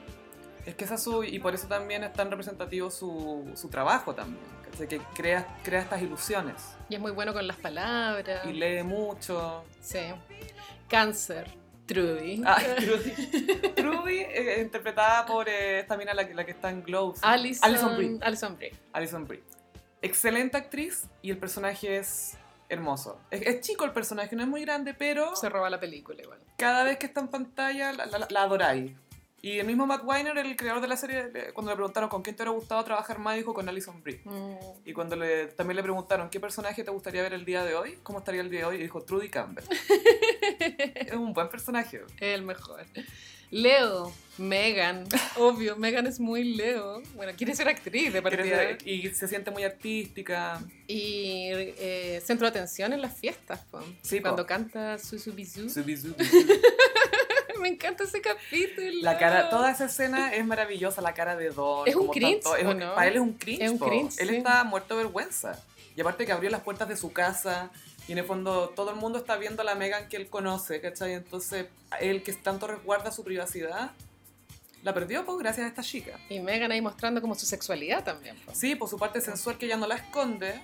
Speaker 1: Es que esa es su, y por eso también es tan representativo su, su trabajo también, ¿cachai? que crea, crea estas ilusiones
Speaker 2: Y es muy bueno con las palabras.
Speaker 1: y lee mucho.
Speaker 2: Sí. Cáncer, Trudy.
Speaker 1: Ay, Trudy, Trudy, eh, interpretada por eh, esta mina la, que- la que está en Glow,
Speaker 2: Alison,
Speaker 1: Alison Brie.
Speaker 2: Alison Brie.
Speaker 1: Alison Brie. Excelente actriz y el personaje es hermoso. Es, es chico el personaje, no es muy grande, pero
Speaker 2: Se roba la película igual.
Speaker 1: cada vez que está en pantalla la, la- la adoráis. Y el mismo Matt Weiner, el creador de la serie, le- cuando le preguntaron con quién te hubiera gustado trabajar más, dijo con Alison Brie. Y cuando le, también le preguntaron qué personaje te gustaría ver el día de hoy, cómo estaría el día de hoy, y dijo Trudy Campbell. es un buen personaje.
Speaker 2: El mejor. Leo, Megan. Obvio, Megan es muy Leo. Bueno, quiere ser actriz de
Speaker 1: Quiere
Speaker 2: partida.
Speaker 1: ser- y se siente muy artística.
Speaker 2: Y eh, centro de atención en las fiestas, po.
Speaker 1: Sí, po.
Speaker 2: Cuando canta Susu Bisu.
Speaker 1: Zubi, zubi, zubi.
Speaker 2: Me encanta ese capítulo.
Speaker 1: La cara, toda esa escena es maravillosa, la cara de Don.
Speaker 2: Es un
Speaker 1: como
Speaker 2: cringe,
Speaker 1: tanto- es
Speaker 2: ¿o
Speaker 1: un-
Speaker 2: no?
Speaker 1: Para él es un cringe.
Speaker 2: Es un
Speaker 1: po.
Speaker 2: cringe,
Speaker 1: él
Speaker 2: sí.
Speaker 1: está muerto de vergüenza. Y aparte que abrió las puertas de su casa. Y en el fondo todo el mundo está viendo a la Megan que él conoce, ¿cachai? Entonces él que tanto resguarda su privacidad, la perdió pues gracias a esta chica.
Speaker 2: Y Megan ahí mostrando como su sexualidad también. po.
Speaker 1: Sí, por su parte sensual que ella no la esconde.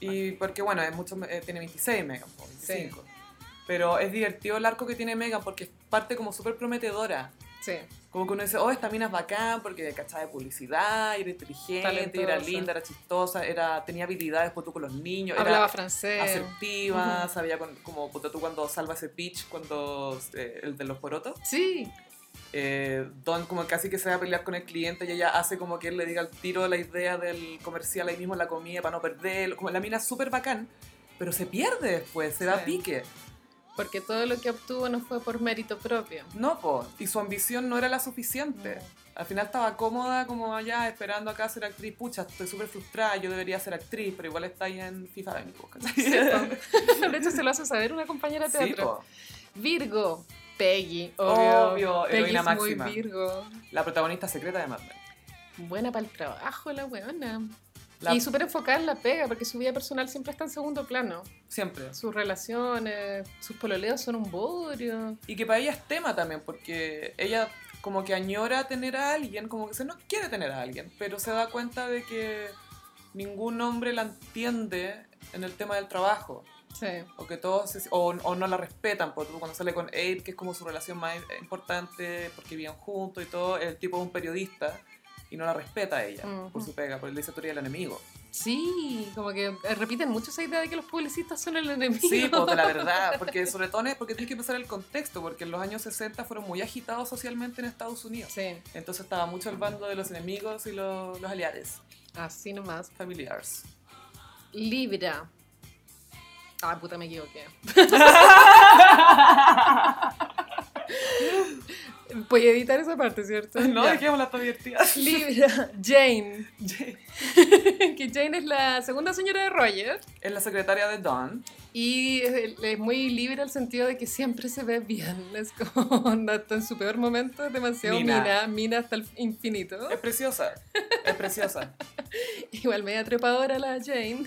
Speaker 1: Y porque, bueno, es mucho, eh, tiene 26 Megan, po, 25. Pero es divertido el arco que tiene Megan porque es parte como súper prometedora.
Speaker 2: Sí.
Speaker 1: Como que uno dice, oh, esta mina es bacán porque cachaba de publicidad, era inteligente, era
Speaker 2: Talentosa.
Speaker 1: linda, era chistosa, era, tenía habilidades por tú con los niños,
Speaker 2: Hablaba
Speaker 1: era
Speaker 2: francés.
Speaker 1: asertiva,
Speaker 2: Ujú.
Speaker 1: sabía con- como puta tú cuando salva ese pitch, cuando eh, el de los porotos.
Speaker 2: Sí,
Speaker 1: Eh, Don como casi que se va a pelear con el cliente y ella hace como que él le diga al tiro la idea del comercial ahí mismo en la comida para no perder. Como la mina es súper bacán, pero se pierde después, se da
Speaker 2: Sí.
Speaker 1: pique.
Speaker 2: porque todo lo que obtuvo no fue por mérito propio. Mm.
Speaker 1: No, po. Y su ambición no era la suficiente. Al final estaba cómoda como allá esperando acá ser actriz. Pucha, estoy súper frustrada, yo debería ser actriz, pero igual está ahí en FIFA de mi boca.
Speaker 2: Sí, po. De hecho, se lo hace saber una compañera de
Speaker 1: Sí,
Speaker 2: teatro.
Speaker 1: po.
Speaker 2: Virgo, Peggy, obvio.
Speaker 1: Obvio,
Speaker 2: Peggy
Speaker 1: heroína
Speaker 2: es muy
Speaker 1: máxima.
Speaker 2: Virgo.
Speaker 1: La protagonista secreta de Mad Men.
Speaker 2: Buena para el trabajo la weona.
Speaker 1: La-
Speaker 2: Y súper enfocada en la pega, porque su vida personal siempre está en segundo plano.
Speaker 1: Siempre.
Speaker 2: Sus relaciones, sus pololeos son un bodrio.
Speaker 1: Y que para ella es tema también, porque ella como que añora tener a alguien, como que se no quiere tener a alguien, pero se da cuenta de que ningún hombre la entiende en el tema del trabajo.
Speaker 2: Sí.
Speaker 1: o que todos se- o, o no la respetan por cuando sale con Abe que es como su relación más importante porque vivían juntos y todo el tipo es un periodista y no la respeta a ella
Speaker 2: Ujú.
Speaker 1: por su pega por el dictatoria del enemigo
Speaker 2: Sí, como que eh, repiten mucho esa idea de que los publicistas son el enemigo.
Speaker 1: sí pues de la verdad porque sobre todo es porque tienes que pensar el contexto porque en los años 60 fueron muy agitados socialmente en Estados Unidos
Speaker 2: Sí,
Speaker 1: entonces estaba mucho el bando de los enemigos y los, los aliados
Speaker 2: así nomás.
Speaker 1: familiares
Speaker 2: Libra. Ah, puta, me equivoqué. Voy a editar esa parte, ¿cierto?
Speaker 1: no
Speaker 2: Ya.
Speaker 1: dejémosla tan divertida
Speaker 2: Libra. Jane. que Jane es la segunda señora de Roger.
Speaker 1: es la secretaria de Don
Speaker 2: Y es, es muy libre al sentido de que siempre se ve bien. Es como, onda, está en su peor momento, es demasiado
Speaker 1: Mina.
Speaker 2: mina, mina, hasta el infinito.
Speaker 1: es preciosa es preciosa
Speaker 2: Igual media trepadora la Jane.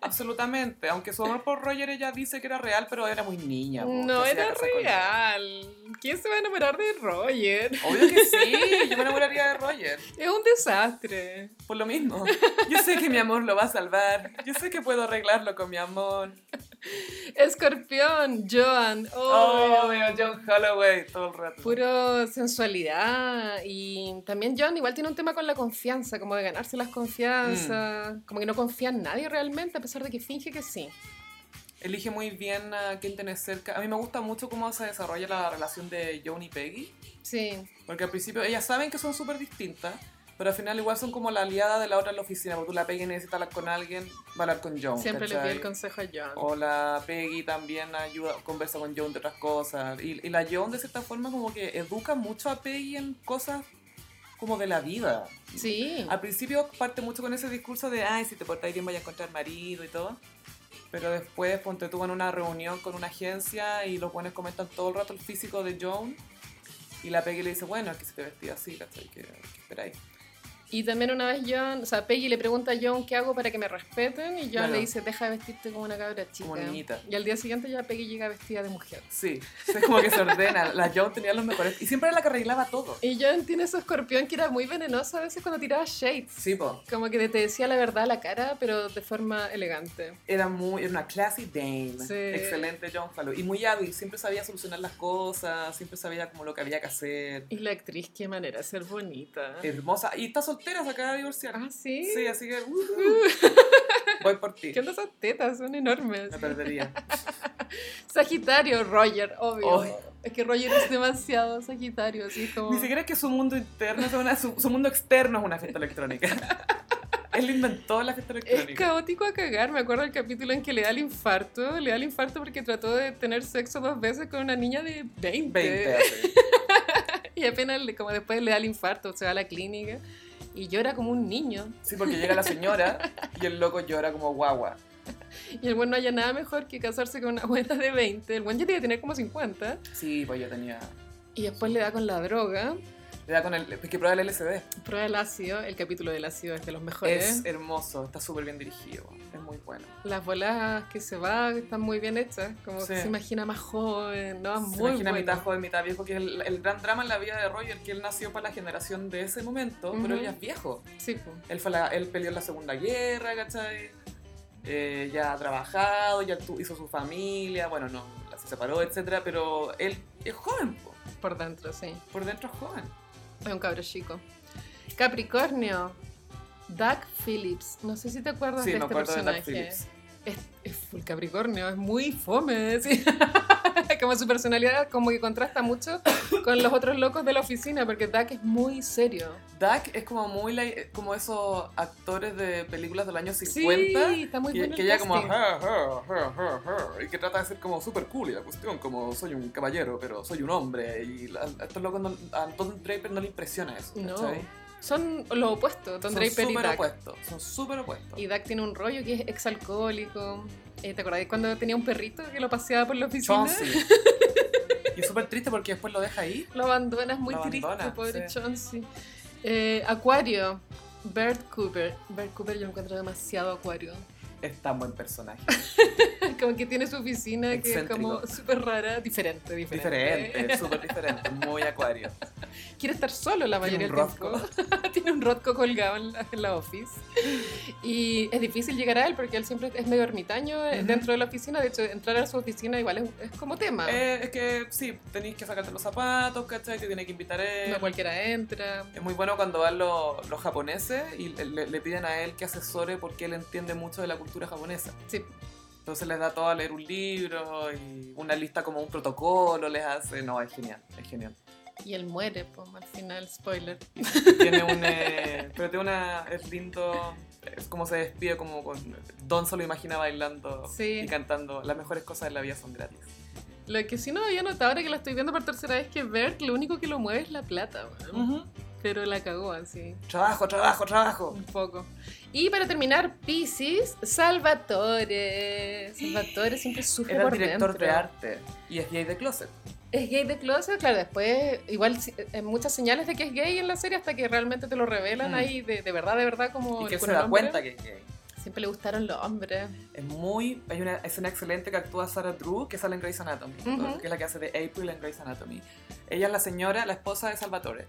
Speaker 1: Absolutamente, aunque su amor por Roger ella dice que era real, pero era muy niña. po,
Speaker 2: No
Speaker 1: se hacía
Speaker 2: era
Speaker 1: casar con él.
Speaker 2: real. ¿Quién se va a enamorar de Roger?
Speaker 1: Obvio que sí, yo me enamoraría de Roger,
Speaker 2: Es un desastre.
Speaker 1: por lo mismo. Yo sé que mi amor lo va a salvar, yo sé que puedo arreglarlo con mi amor.
Speaker 2: Escorpión, Joan,
Speaker 1: Oh,
Speaker 2: oh,
Speaker 1: veo a John Holloway todo el rato.
Speaker 2: puro sensualidad. Y también Joan igual tiene un tema con la confianza, como de ganarse las confianzas. Como que no confía en nadie realmente, a pesar de que finge que sí.
Speaker 1: Elige muy bien a quién tener cerca. A mí me gusta mucho cómo se desarrolla la relación de John y Peggy,
Speaker 2: Sí,
Speaker 1: porque al principio ellas saben que son súper distintas, pero al final igual son como la aliada de la otra en la oficina, porque tú la Peggy necesita hablar con alguien, va a hablar con John.
Speaker 2: siempre le pido
Speaker 1: ¿cachai? Oh.
Speaker 2: el consejo a Joan.
Speaker 1: O la Peggy también ayuda, conversa con John de otras cosas. Y, y la John de cierta forma como que educa mucho a Peggy en cosas como de la vida.
Speaker 2: Sí.
Speaker 1: Al principio parte mucho con ese discurso de, ay, si te portas bien vaya a encontrar marido y todo. Pero después ponte tú en una reunión con una agencia y los buenos comentan todo el rato el físico de John. Y la Peggy le dice, bueno, es que si te vestí así, ¿cachai? ¿Qué, qué esperáis?
Speaker 2: Y también una vez Joan, o sea, Peggy le pregunta a John qué hago para que me respeten y John
Speaker 1: Claro.
Speaker 2: le dice, deja de vestirte como una cabra chica.
Speaker 1: Como niñita.
Speaker 2: Y al día siguiente ya Peggy llega vestida de mujer.
Speaker 1: Sí, es como que se ordena. La John tenía los mejores... Y siempre era la que arreglaba todo.
Speaker 2: Y John tiene ese escorpión que era muy venenoso a veces cuando tiraba shades.
Speaker 1: Sí, po.
Speaker 2: Como que te decía la verdad a la cara, pero de forma elegante.
Speaker 1: era muy era una classy dame
Speaker 2: Sí.
Speaker 1: excelente John Fallow y muy hábil siempre sabía solucionar las cosas siempre sabía como lo que había que hacer
Speaker 2: Y la actriz, qué manera de ser bonita.
Speaker 1: hermosa y está soltera se acaba de divorciar
Speaker 2: Ah, sí.
Speaker 1: Eh, sí así que uh, voy por ti
Speaker 2: ¿Qué onda esas tetas? Son enormes.
Speaker 1: me perdería
Speaker 2: Sagitario, Roger, obvio.
Speaker 1: Ay.
Speaker 2: Es que Roger es demasiado Sagitario, así como.
Speaker 1: ni siquiera es que su mundo interno es una, su, su mundo externo es una fiesta electrónica él inventó la fiesta
Speaker 2: Es
Speaker 1: electrónica
Speaker 2: caótico a cagar, me acuerdo el capítulo en que le da el infarto, le da el infarto porque trató de tener sexo dos veces con una niña de 20,
Speaker 1: 20 así.
Speaker 2: y apenas le- como después le da el infarto, se va a la clínica y llora como un niño.
Speaker 1: sí porque llega la señora y el loco llora como guagua
Speaker 2: Y el buen no haya nada mejor que casarse con una buena de 20. El buen ya tiene que tener como 50.
Speaker 1: sí pues yo tenía
Speaker 2: Y después le da con la droga.
Speaker 1: le da con el es que prueba el LSD
Speaker 2: Prueba el ácido. El capítulo del ácido es de los mejores.
Speaker 1: Es hermoso, está súper bien dirigido, es muy bueno.
Speaker 2: Las bolas que se va están muy bien hechas. Como
Speaker 1: Sí.
Speaker 2: que se imagina más joven, ¿no?
Speaker 1: Se
Speaker 2: Ah, muy
Speaker 1: imagina
Speaker 2: bueno.
Speaker 1: mitad joven, mitad viejo, que es el, el gran drama en la vida de Roger, que él nació para la generación de ese momento, pero
Speaker 2: Ujú.
Speaker 1: él ya es viejo.
Speaker 2: Sí, po.
Speaker 1: Él, fue la- él peleó en la Segunda Guerra, ¿cachai? Eh, ya ha trabajado, ya tu- hizo su familia, bueno, no, se separó, etcétera, pero él es joven, po,
Speaker 2: por dentro, sí.
Speaker 1: por dentro es joven.
Speaker 2: Es un cabro chico. Capricornio. Doug Phillips. No sé si te acuerdas
Speaker 1: Sí,
Speaker 2: de
Speaker 1: me
Speaker 2: este
Speaker 1: acuerdo de Doug
Speaker 2: personaje.
Speaker 1: Phillips.
Speaker 2: es, es full Capricornio, es muy fome. sí. como su personalidad como que contrasta mucho con los otros locos de la oficina, porque Doug es muy serio.
Speaker 1: Dak es como muy la- como esos actores de películas del año 50.
Speaker 2: Sí, está muy
Speaker 1: que,
Speaker 2: bueno
Speaker 1: que
Speaker 2: el
Speaker 1: ella como
Speaker 2: casting.
Speaker 1: "Ja, ja, ja, ja, ja", y que trata de ser como super cool y la cuestión como soy un caballero pero soy un hombre y la- a estos locos no- a Don Draper no le impresiona eso
Speaker 2: No,
Speaker 1: ¿cachai?
Speaker 2: Son lo opuesto, Don
Speaker 1: son
Speaker 2: Draper y
Speaker 1: súper
Speaker 2: Doug.
Speaker 1: opuestos son súper opuestos
Speaker 2: Y Doug tiene un rollo que es exalcohólico. Eh, ¿Te acordás cuando tenía un perrito que lo paseaba por la oficina?
Speaker 1: Chauncey Y es súper triste porque después lo deja ahí.
Speaker 2: Lo abandonas muy
Speaker 1: Lo
Speaker 2: triste,
Speaker 1: abandona,
Speaker 2: pobre
Speaker 1: sí.
Speaker 2: Chauncey. Eh, Acuario, Bert Cooper. Bert Cooper yo lo encuentro demasiado Acuario.
Speaker 1: Es tan buen personaje.
Speaker 2: Como que tiene su oficina que es como
Speaker 1: Excéntrico.
Speaker 2: súper rara, diferente, diferente.
Speaker 1: Diferente, súper diferente. Muy acuario.
Speaker 2: Quiere estar solo la mayoría
Speaker 1: Tiene
Speaker 2: del
Speaker 1: un
Speaker 2: tiempo.
Speaker 1: rosco.
Speaker 2: Tiene un rotco colgado en la, en la office. Y es difícil llegar a él porque él siempre es medio ermitaño eh,
Speaker 1: Ujú.
Speaker 2: dentro de la oficina. De hecho, entrar a su oficina igual es, es como tema.
Speaker 1: Eh, es que sí, tenéis que sacarte los zapatos, ¿cachai? Te tiene que invitar él.
Speaker 2: no cualquiera entra.
Speaker 1: Es muy bueno cuando van los, los japoneses y le, le- le piden a él que asesore porque él entiende mucho de la cultura japonesa.
Speaker 2: Sí.
Speaker 1: Entonces les da todo a leer un libro y una lista como un protocolo les hace. No, es genial, es genial.
Speaker 2: Y él muere, pues, al final, spoiler.
Speaker 1: Tiene un... eh, pero tiene una... Es lindo... Es como se despide, como con... Don se lo imagina bailando
Speaker 2: Sí.
Speaker 1: y cantando. Las mejores cosas de la vida son gratis.
Speaker 2: Lo que sí no había notado ahora que la estoy viendo por tercera vez que Bert lo único que lo mueve es la plata, weón. pero la cagó así,
Speaker 1: Trabajo, trabajo, trabajo.
Speaker 2: un poco. Y para terminar, Pisces, Salvatore. Salvatore siempre sufre
Speaker 1: Era el
Speaker 2: por
Speaker 1: director
Speaker 2: dentro.
Speaker 1: de arte y es gay de closet.
Speaker 2: Es gay de closet, claro, después igual si- hay muchas señales de que es gay en la serie hasta que realmente te lo revelan
Speaker 1: Mm.
Speaker 2: ahí de, de verdad, de verdad como
Speaker 1: Y que
Speaker 2: con
Speaker 1: se
Speaker 2: el
Speaker 1: da
Speaker 2: hombre.
Speaker 1: cuenta que es gay.
Speaker 2: Siempre le gustaron los hombres.
Speaker 1: Es muy. Hay una escena excelente que actúa Sarah Drew, que sale en Grey's Anatomy,
Speaker 2: Ujú.
Speaker 1: que es la que hace de April en Grey's Anatomy. Ella es la señora, la esposa de Salvatore.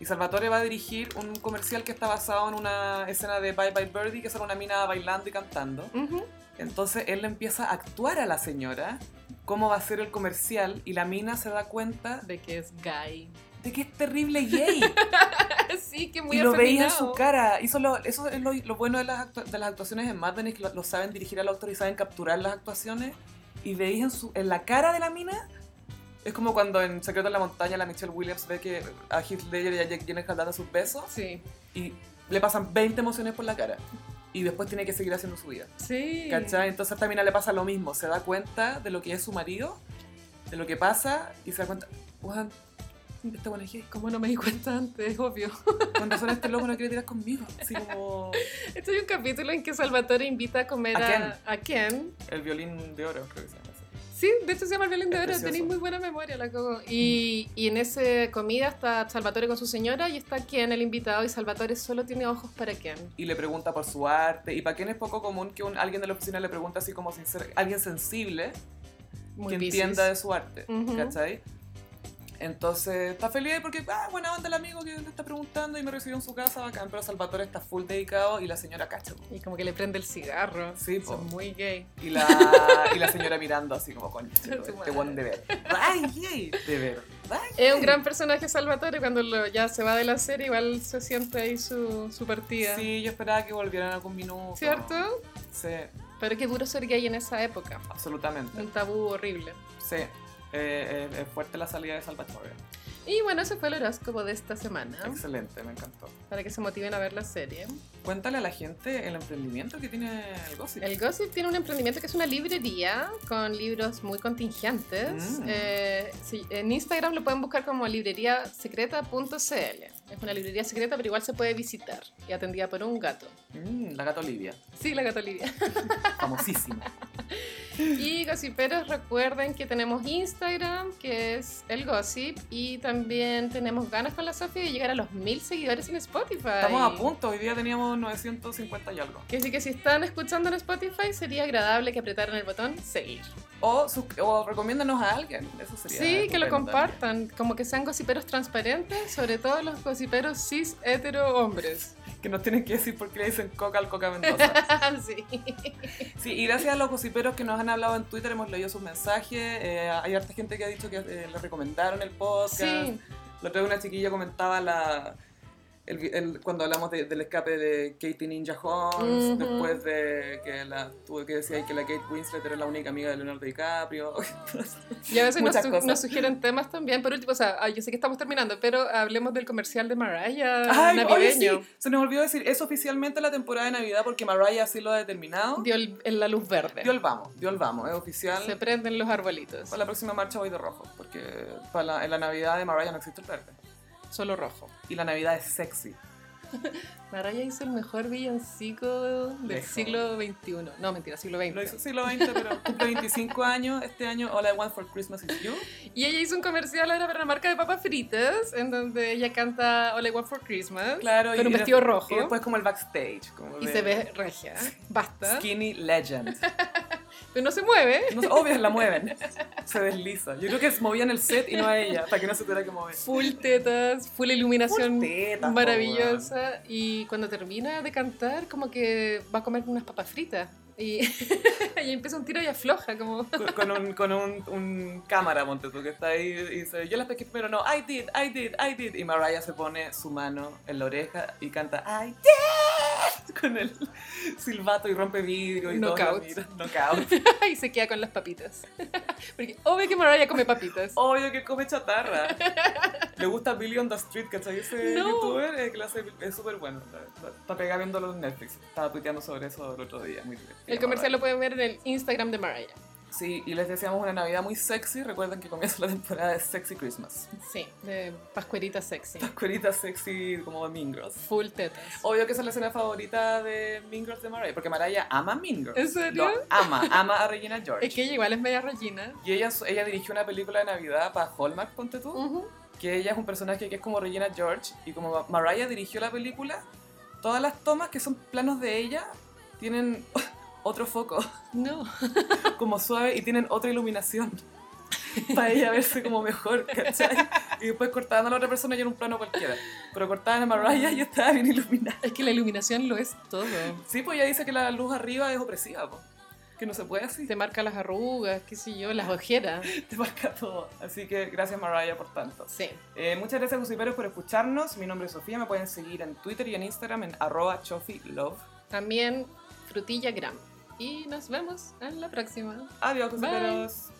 Speaker 1: Y Salvatore va a dirigir un comercial que está basado en una escena de Bye Bye Birdie, que es una mina bailando y cantando.
Speaker 2: Ujú.
Speaker 1: Entonces él le empieza a actuar a la señora cómo va a ser el comercial y la mina se da cuenta
Speaker 2: De que es gay.
Speaker 1: de que es terrible gay.
Speaker 2: sí, que muy
Speaker 1: y lo veía en
Speaker 2: afeminado.
Speaker 1: su cara. Hizo lo- eso es lo, lo bueno de las, actua- de las actuaciones en Mad Men, es que lo, lo saben dirigir al autor y saben capturar las actuaciones. Y veis en, su, en la cara de la mina. Es como cuando en Secreto en la Montaña la Michelle Williams ve que a Heath Ledger y a Jack Gyllenhaal dando sus besos
Speaker 2: Sí,
Speaker 1: y le pasan 20 emociones por la cara. Y después tiene que seguir haciendo su vida.
Speaker 2: sí.
Speaker 1: ¿Cachai? Entonces a esta mina le pasa lo mismo. Se da cuenta de lo que es su marido, de lo que pasa y se da cuenta, "Weón, este bueno es gay.
Speaker 2: Como no me di cuenta antes, es obvio.
Speaker 1: Con razón este loco no quiere tirar conmigo. Así como...
Speaker 2: Esto hay Este un capítulo en que Salvatore invita a comer
Speaker 1: ¿A
Speaker 2: a, a Ken.
Speaker 1: El violín de oro, creo que se llama. así.
Speaker 2: Sí, de hecho se llama el violín de
Speaker 1: Es
Speaker 2: oro,
Speaker 1: precioso. Mm.
Speaker 2: tenéis muy buena memoria, la cago. Y, y en esa comida está Salvatore con su señora y está Ken, el invitado, y Salvatore solo tiene ojos para Ken.
Speaker 1: Y le pregunta por su arte. Y para quién es poco común que un, alguien de la oficina le pregunte así como sincero, alguien sensible
Speaker 2: Muy
Speaker 1: que
Speaker 2: Piscis.
Speaker 1: entienda de su arte.
Speaker 2: Ujú.
Speaker 1: ¿Cachai? Entonces está feliz porque, ah, buena onda el amigo que le está preguntando y me recibió en su casa, bacán, pero Salvatore está full dedicado y la señora cacha. po.
Speaker 2: Y como que le prende el cigarro.
Speaker 1: Sí, po.
Speaker 2: Son muy gay.
Speaker 1: Y la, y la señora mirando así como, coño, chico,
Speaker 2: Tu
Speaker 1: este
Speaker 2: madre.
Speaker 1: buen de ver. ¡Ay, yay! De ver. Ay,
Speaker 2: Es un gran personaje Salvatore, cuando lo- ya se va de la serie igual se siente ahí su, su partida.
Speaker 1: Sí, yo esperaba que volvieran algún minuto.
Speaker 2: ¿Cierto?
Speaker 1: Sí,
Speaker 2: Pero qué duro ser gay en esa época.
Speaker 1: absolutamente.
Speaker 2: Un tabú horrible.
Speaker 1: Sí, eh, eh, es fuerte la salida de Salvatore.
Speaker 2: Y bueno, ese fue el horóscopo de esta semana.
Speaker 1: Excelente, me encantó.
Speaker 2: Para que se motiven a ver la serie.
Speaker 1: Cuéntale a la gente el emprendimiento que tiene el Gossip.
Speaker 2: El Gossip tiene un emprendimiento que es una librería con libros muy contingentes.
Speaker 1: Mm.
Speaker 2: Eh, sí, en Instagram lo pueden buscar como libreriasecreta.cl. Es una librería secreta, pero igual se puede visitar y atendida por un gato.
Speaker 1: Mm, la gata Olivia,
Speaker 2: Sí, la gato Olivia.
Speaker 1: famosísima.
Speaker 2: Y gossiperos, recuerden que tenemos Instagram, que es el Gossip, y también tenemos ganas con la Sofía de llegar a los mil seguidores en Spotify.
Speaker 1: Estamos a punto, hoy día teníamos 950 y algo.
Speaker 2: Que sí que si están escuchando en Spotify, sería agradable que apretaran el botón seguir.
Speaker 1: O, sus- o recomiéndanos a alguien, eso sería.
Speaker 2: Sí, que lo
Speaker 1: estupendo
Speaker 2: compartan, como que sean gossiperos transparentes, sobre todo los gossiperos cis hetero hombres.
Speaker 1: también. Que nos tienen que decir por qué le dicen coca al coca Mendoza.
Speaker 2: Ah, sí.
Speaker 1: Sí, y gracias a los gossiperos que nos han hablado en Twitter, hemos leído sus mensajes. eh, hay harta gente que ha dicho que eh, les recomendaron el podcast.
Speaker 2: Sí,
Speaker 1: La otra vez una chiquilla comentaba la, el vi- el- cuando hablamos de- del escape de Katie Ninja Holmes,
Speaker 2: Ujú.
Speaker 1: después de que la, tuve que decir ahí que la Kate Winslet era la única amiga de Leonardo DiCaprio.
Speaker 2: y a veces nos,
Speaker 1: Muchas
Speaker 2: su-
Speaker 1: cosas.
Speaker 2: nos sugieren temas también. Por último, o sea, ah, yo sé que estamos terminando, pero hablemos del comercial de Mariah
Speaker 1: Ay, oye, sí,
Speaker 2: navideño.
Speaker 1: se nos olvidó decir, es oficialmente la temporada de Navidad porque Mariah así lo ha determinado.
Speaker 2: Dio el- el- la luz verde.
Speaker 1: Dio el vamos, dio el vamos, es oficial.
Speaker 2: Se prenden los arbolitos,
Speaker 1: Para la próxima marcha voy de rojo, porque para la- en la Navidad de Mariah no existe el verde.
Speaker 2: solo rojo.
Speaker 1: Y la Navidad es sexy.
Speaker 2: Mariah hizo el mejor villancico del
Speaker 1: Lejos.
Speaker 2: siglo XXI. No, mentira, siglo XX.
Speaker 1: Lo hizo en el siglo XX, pero cumple 25 años. Este año, All I Want for Christmas is You.
Speaker 2: Y ella hizo un comercial ahora para la marca de papas fritas, en donde ella canta All I Want for Christmas,
Speaker 1: Claro,
Speaker 2: con
Speaker 1: y
Speaker 2: un
Speaker 1: de-
Speaker 2: vestido rojo.
Speaker 1: Y después, como el backstage. Como
Speaker 2: Y
Speaker 1: de-
Speaker 2: se ve regia. Basta.
Speaker 1: Skinny Legend.
Speaker 2: Pero no se mueve.
Speaker 1: No, sé, obvio, la mueven. Se desliza. Yo creo que movían el set y no a ella, para que no se tuviera que mover.
Speaker 2: Full tetas, full iluminación
Speaker 1: Full tetas, po,
Speaker 2: maravillosa. Y cuando termina de cantar, como que va a comer unas papas fritas. Y, y empieza un tiro y afloja, como...
Speaker 1: Con- Con un, con un, un cámara, ponte tú, que está ahí y dice, yo las pesqué primero, no, I did, I did, I did. Y Mariah se pone su mano en la oreja y canta, I did, con el silbato y rompe vidrio y todo.
Speaker 2: Knockout.
Speaker 1: Knockout.
Speaker 2: y se queda con las papitas. Porque obvio que Mariah come papitas.
Speaker 1: Obvio que come chatarra. Le gusta Billy on the Street, ¿cachai? Ese
Speaker 2: No.
Speaker 1: youtuber eh, que lo hace- es súper bueno. Está pegado viéndolo en Netflix. Estaba tuiteando sobre eso el otro día. Muy divertido.
Speaker 2: El comercial lo pueden ver en el Instagram de Mariah.
Speaker 1: Sí, y les deseamos una Navidad muy sexy. Recuerden que comienza la temporada de Sexy Christmas.
Speaker 2: Sí, de Pascuerita Sexy.
Speaker 1: Cuerita sexy como Mean Girls.
Speaker 2: Full tetas.
Speaker 1: Obvio que esa es la escena favorita de Mean Girls de Mariah, porque Mariah ama Mean Girls.
Speaker 2: ¿En serio?
Speaker 1: Lo ama, ama a Regina George.
Speaker 2: Es que ella igual es media rellena.
Speaker 1: Y ella, ella dirigió una película de Navidad para Hallmark, ponte tú.
Speaker 2: Ujú.
Speaker 1: que ella es un personaje que es como Regina George y como Ma- Mariah dirigió la película, todas las tomas que son planos de ella tienen otro foco,
Speaker 2: No.
Speaker 1: como suave, y tienen otra iluminación para ella verse como mejor, ¿cachai? Y después cortaban a la otra persona y era un plano cualquiera. Pero cortaban a Mariah y estaba bien iluminada.
Speaker 2: Es que la iluminación lo es todo.
Speaker 1: Sí, pues ella dice que la luz arriba es opresiva, po, que no se puede así,
Speaker 2: Te marca las arrugas, qué sé yo, las ojeras.
Speaker 1: te marca todo. Así que gracias Mariah por tanto.
Speaker 2: Sí.
Speaker 1: Eh, muchas gracias, Gusiperos, por escucharnos. Mi nombre es Sofía. Me pueden seguir en Twitter y en Instagram en arroba chofilove.
Speaker 2: También frutilla gram. Y nos vemos en la próxima.
Speaker 1: Adiós,
Speaker 2: Bye.
Speaker 1: Gusiperos.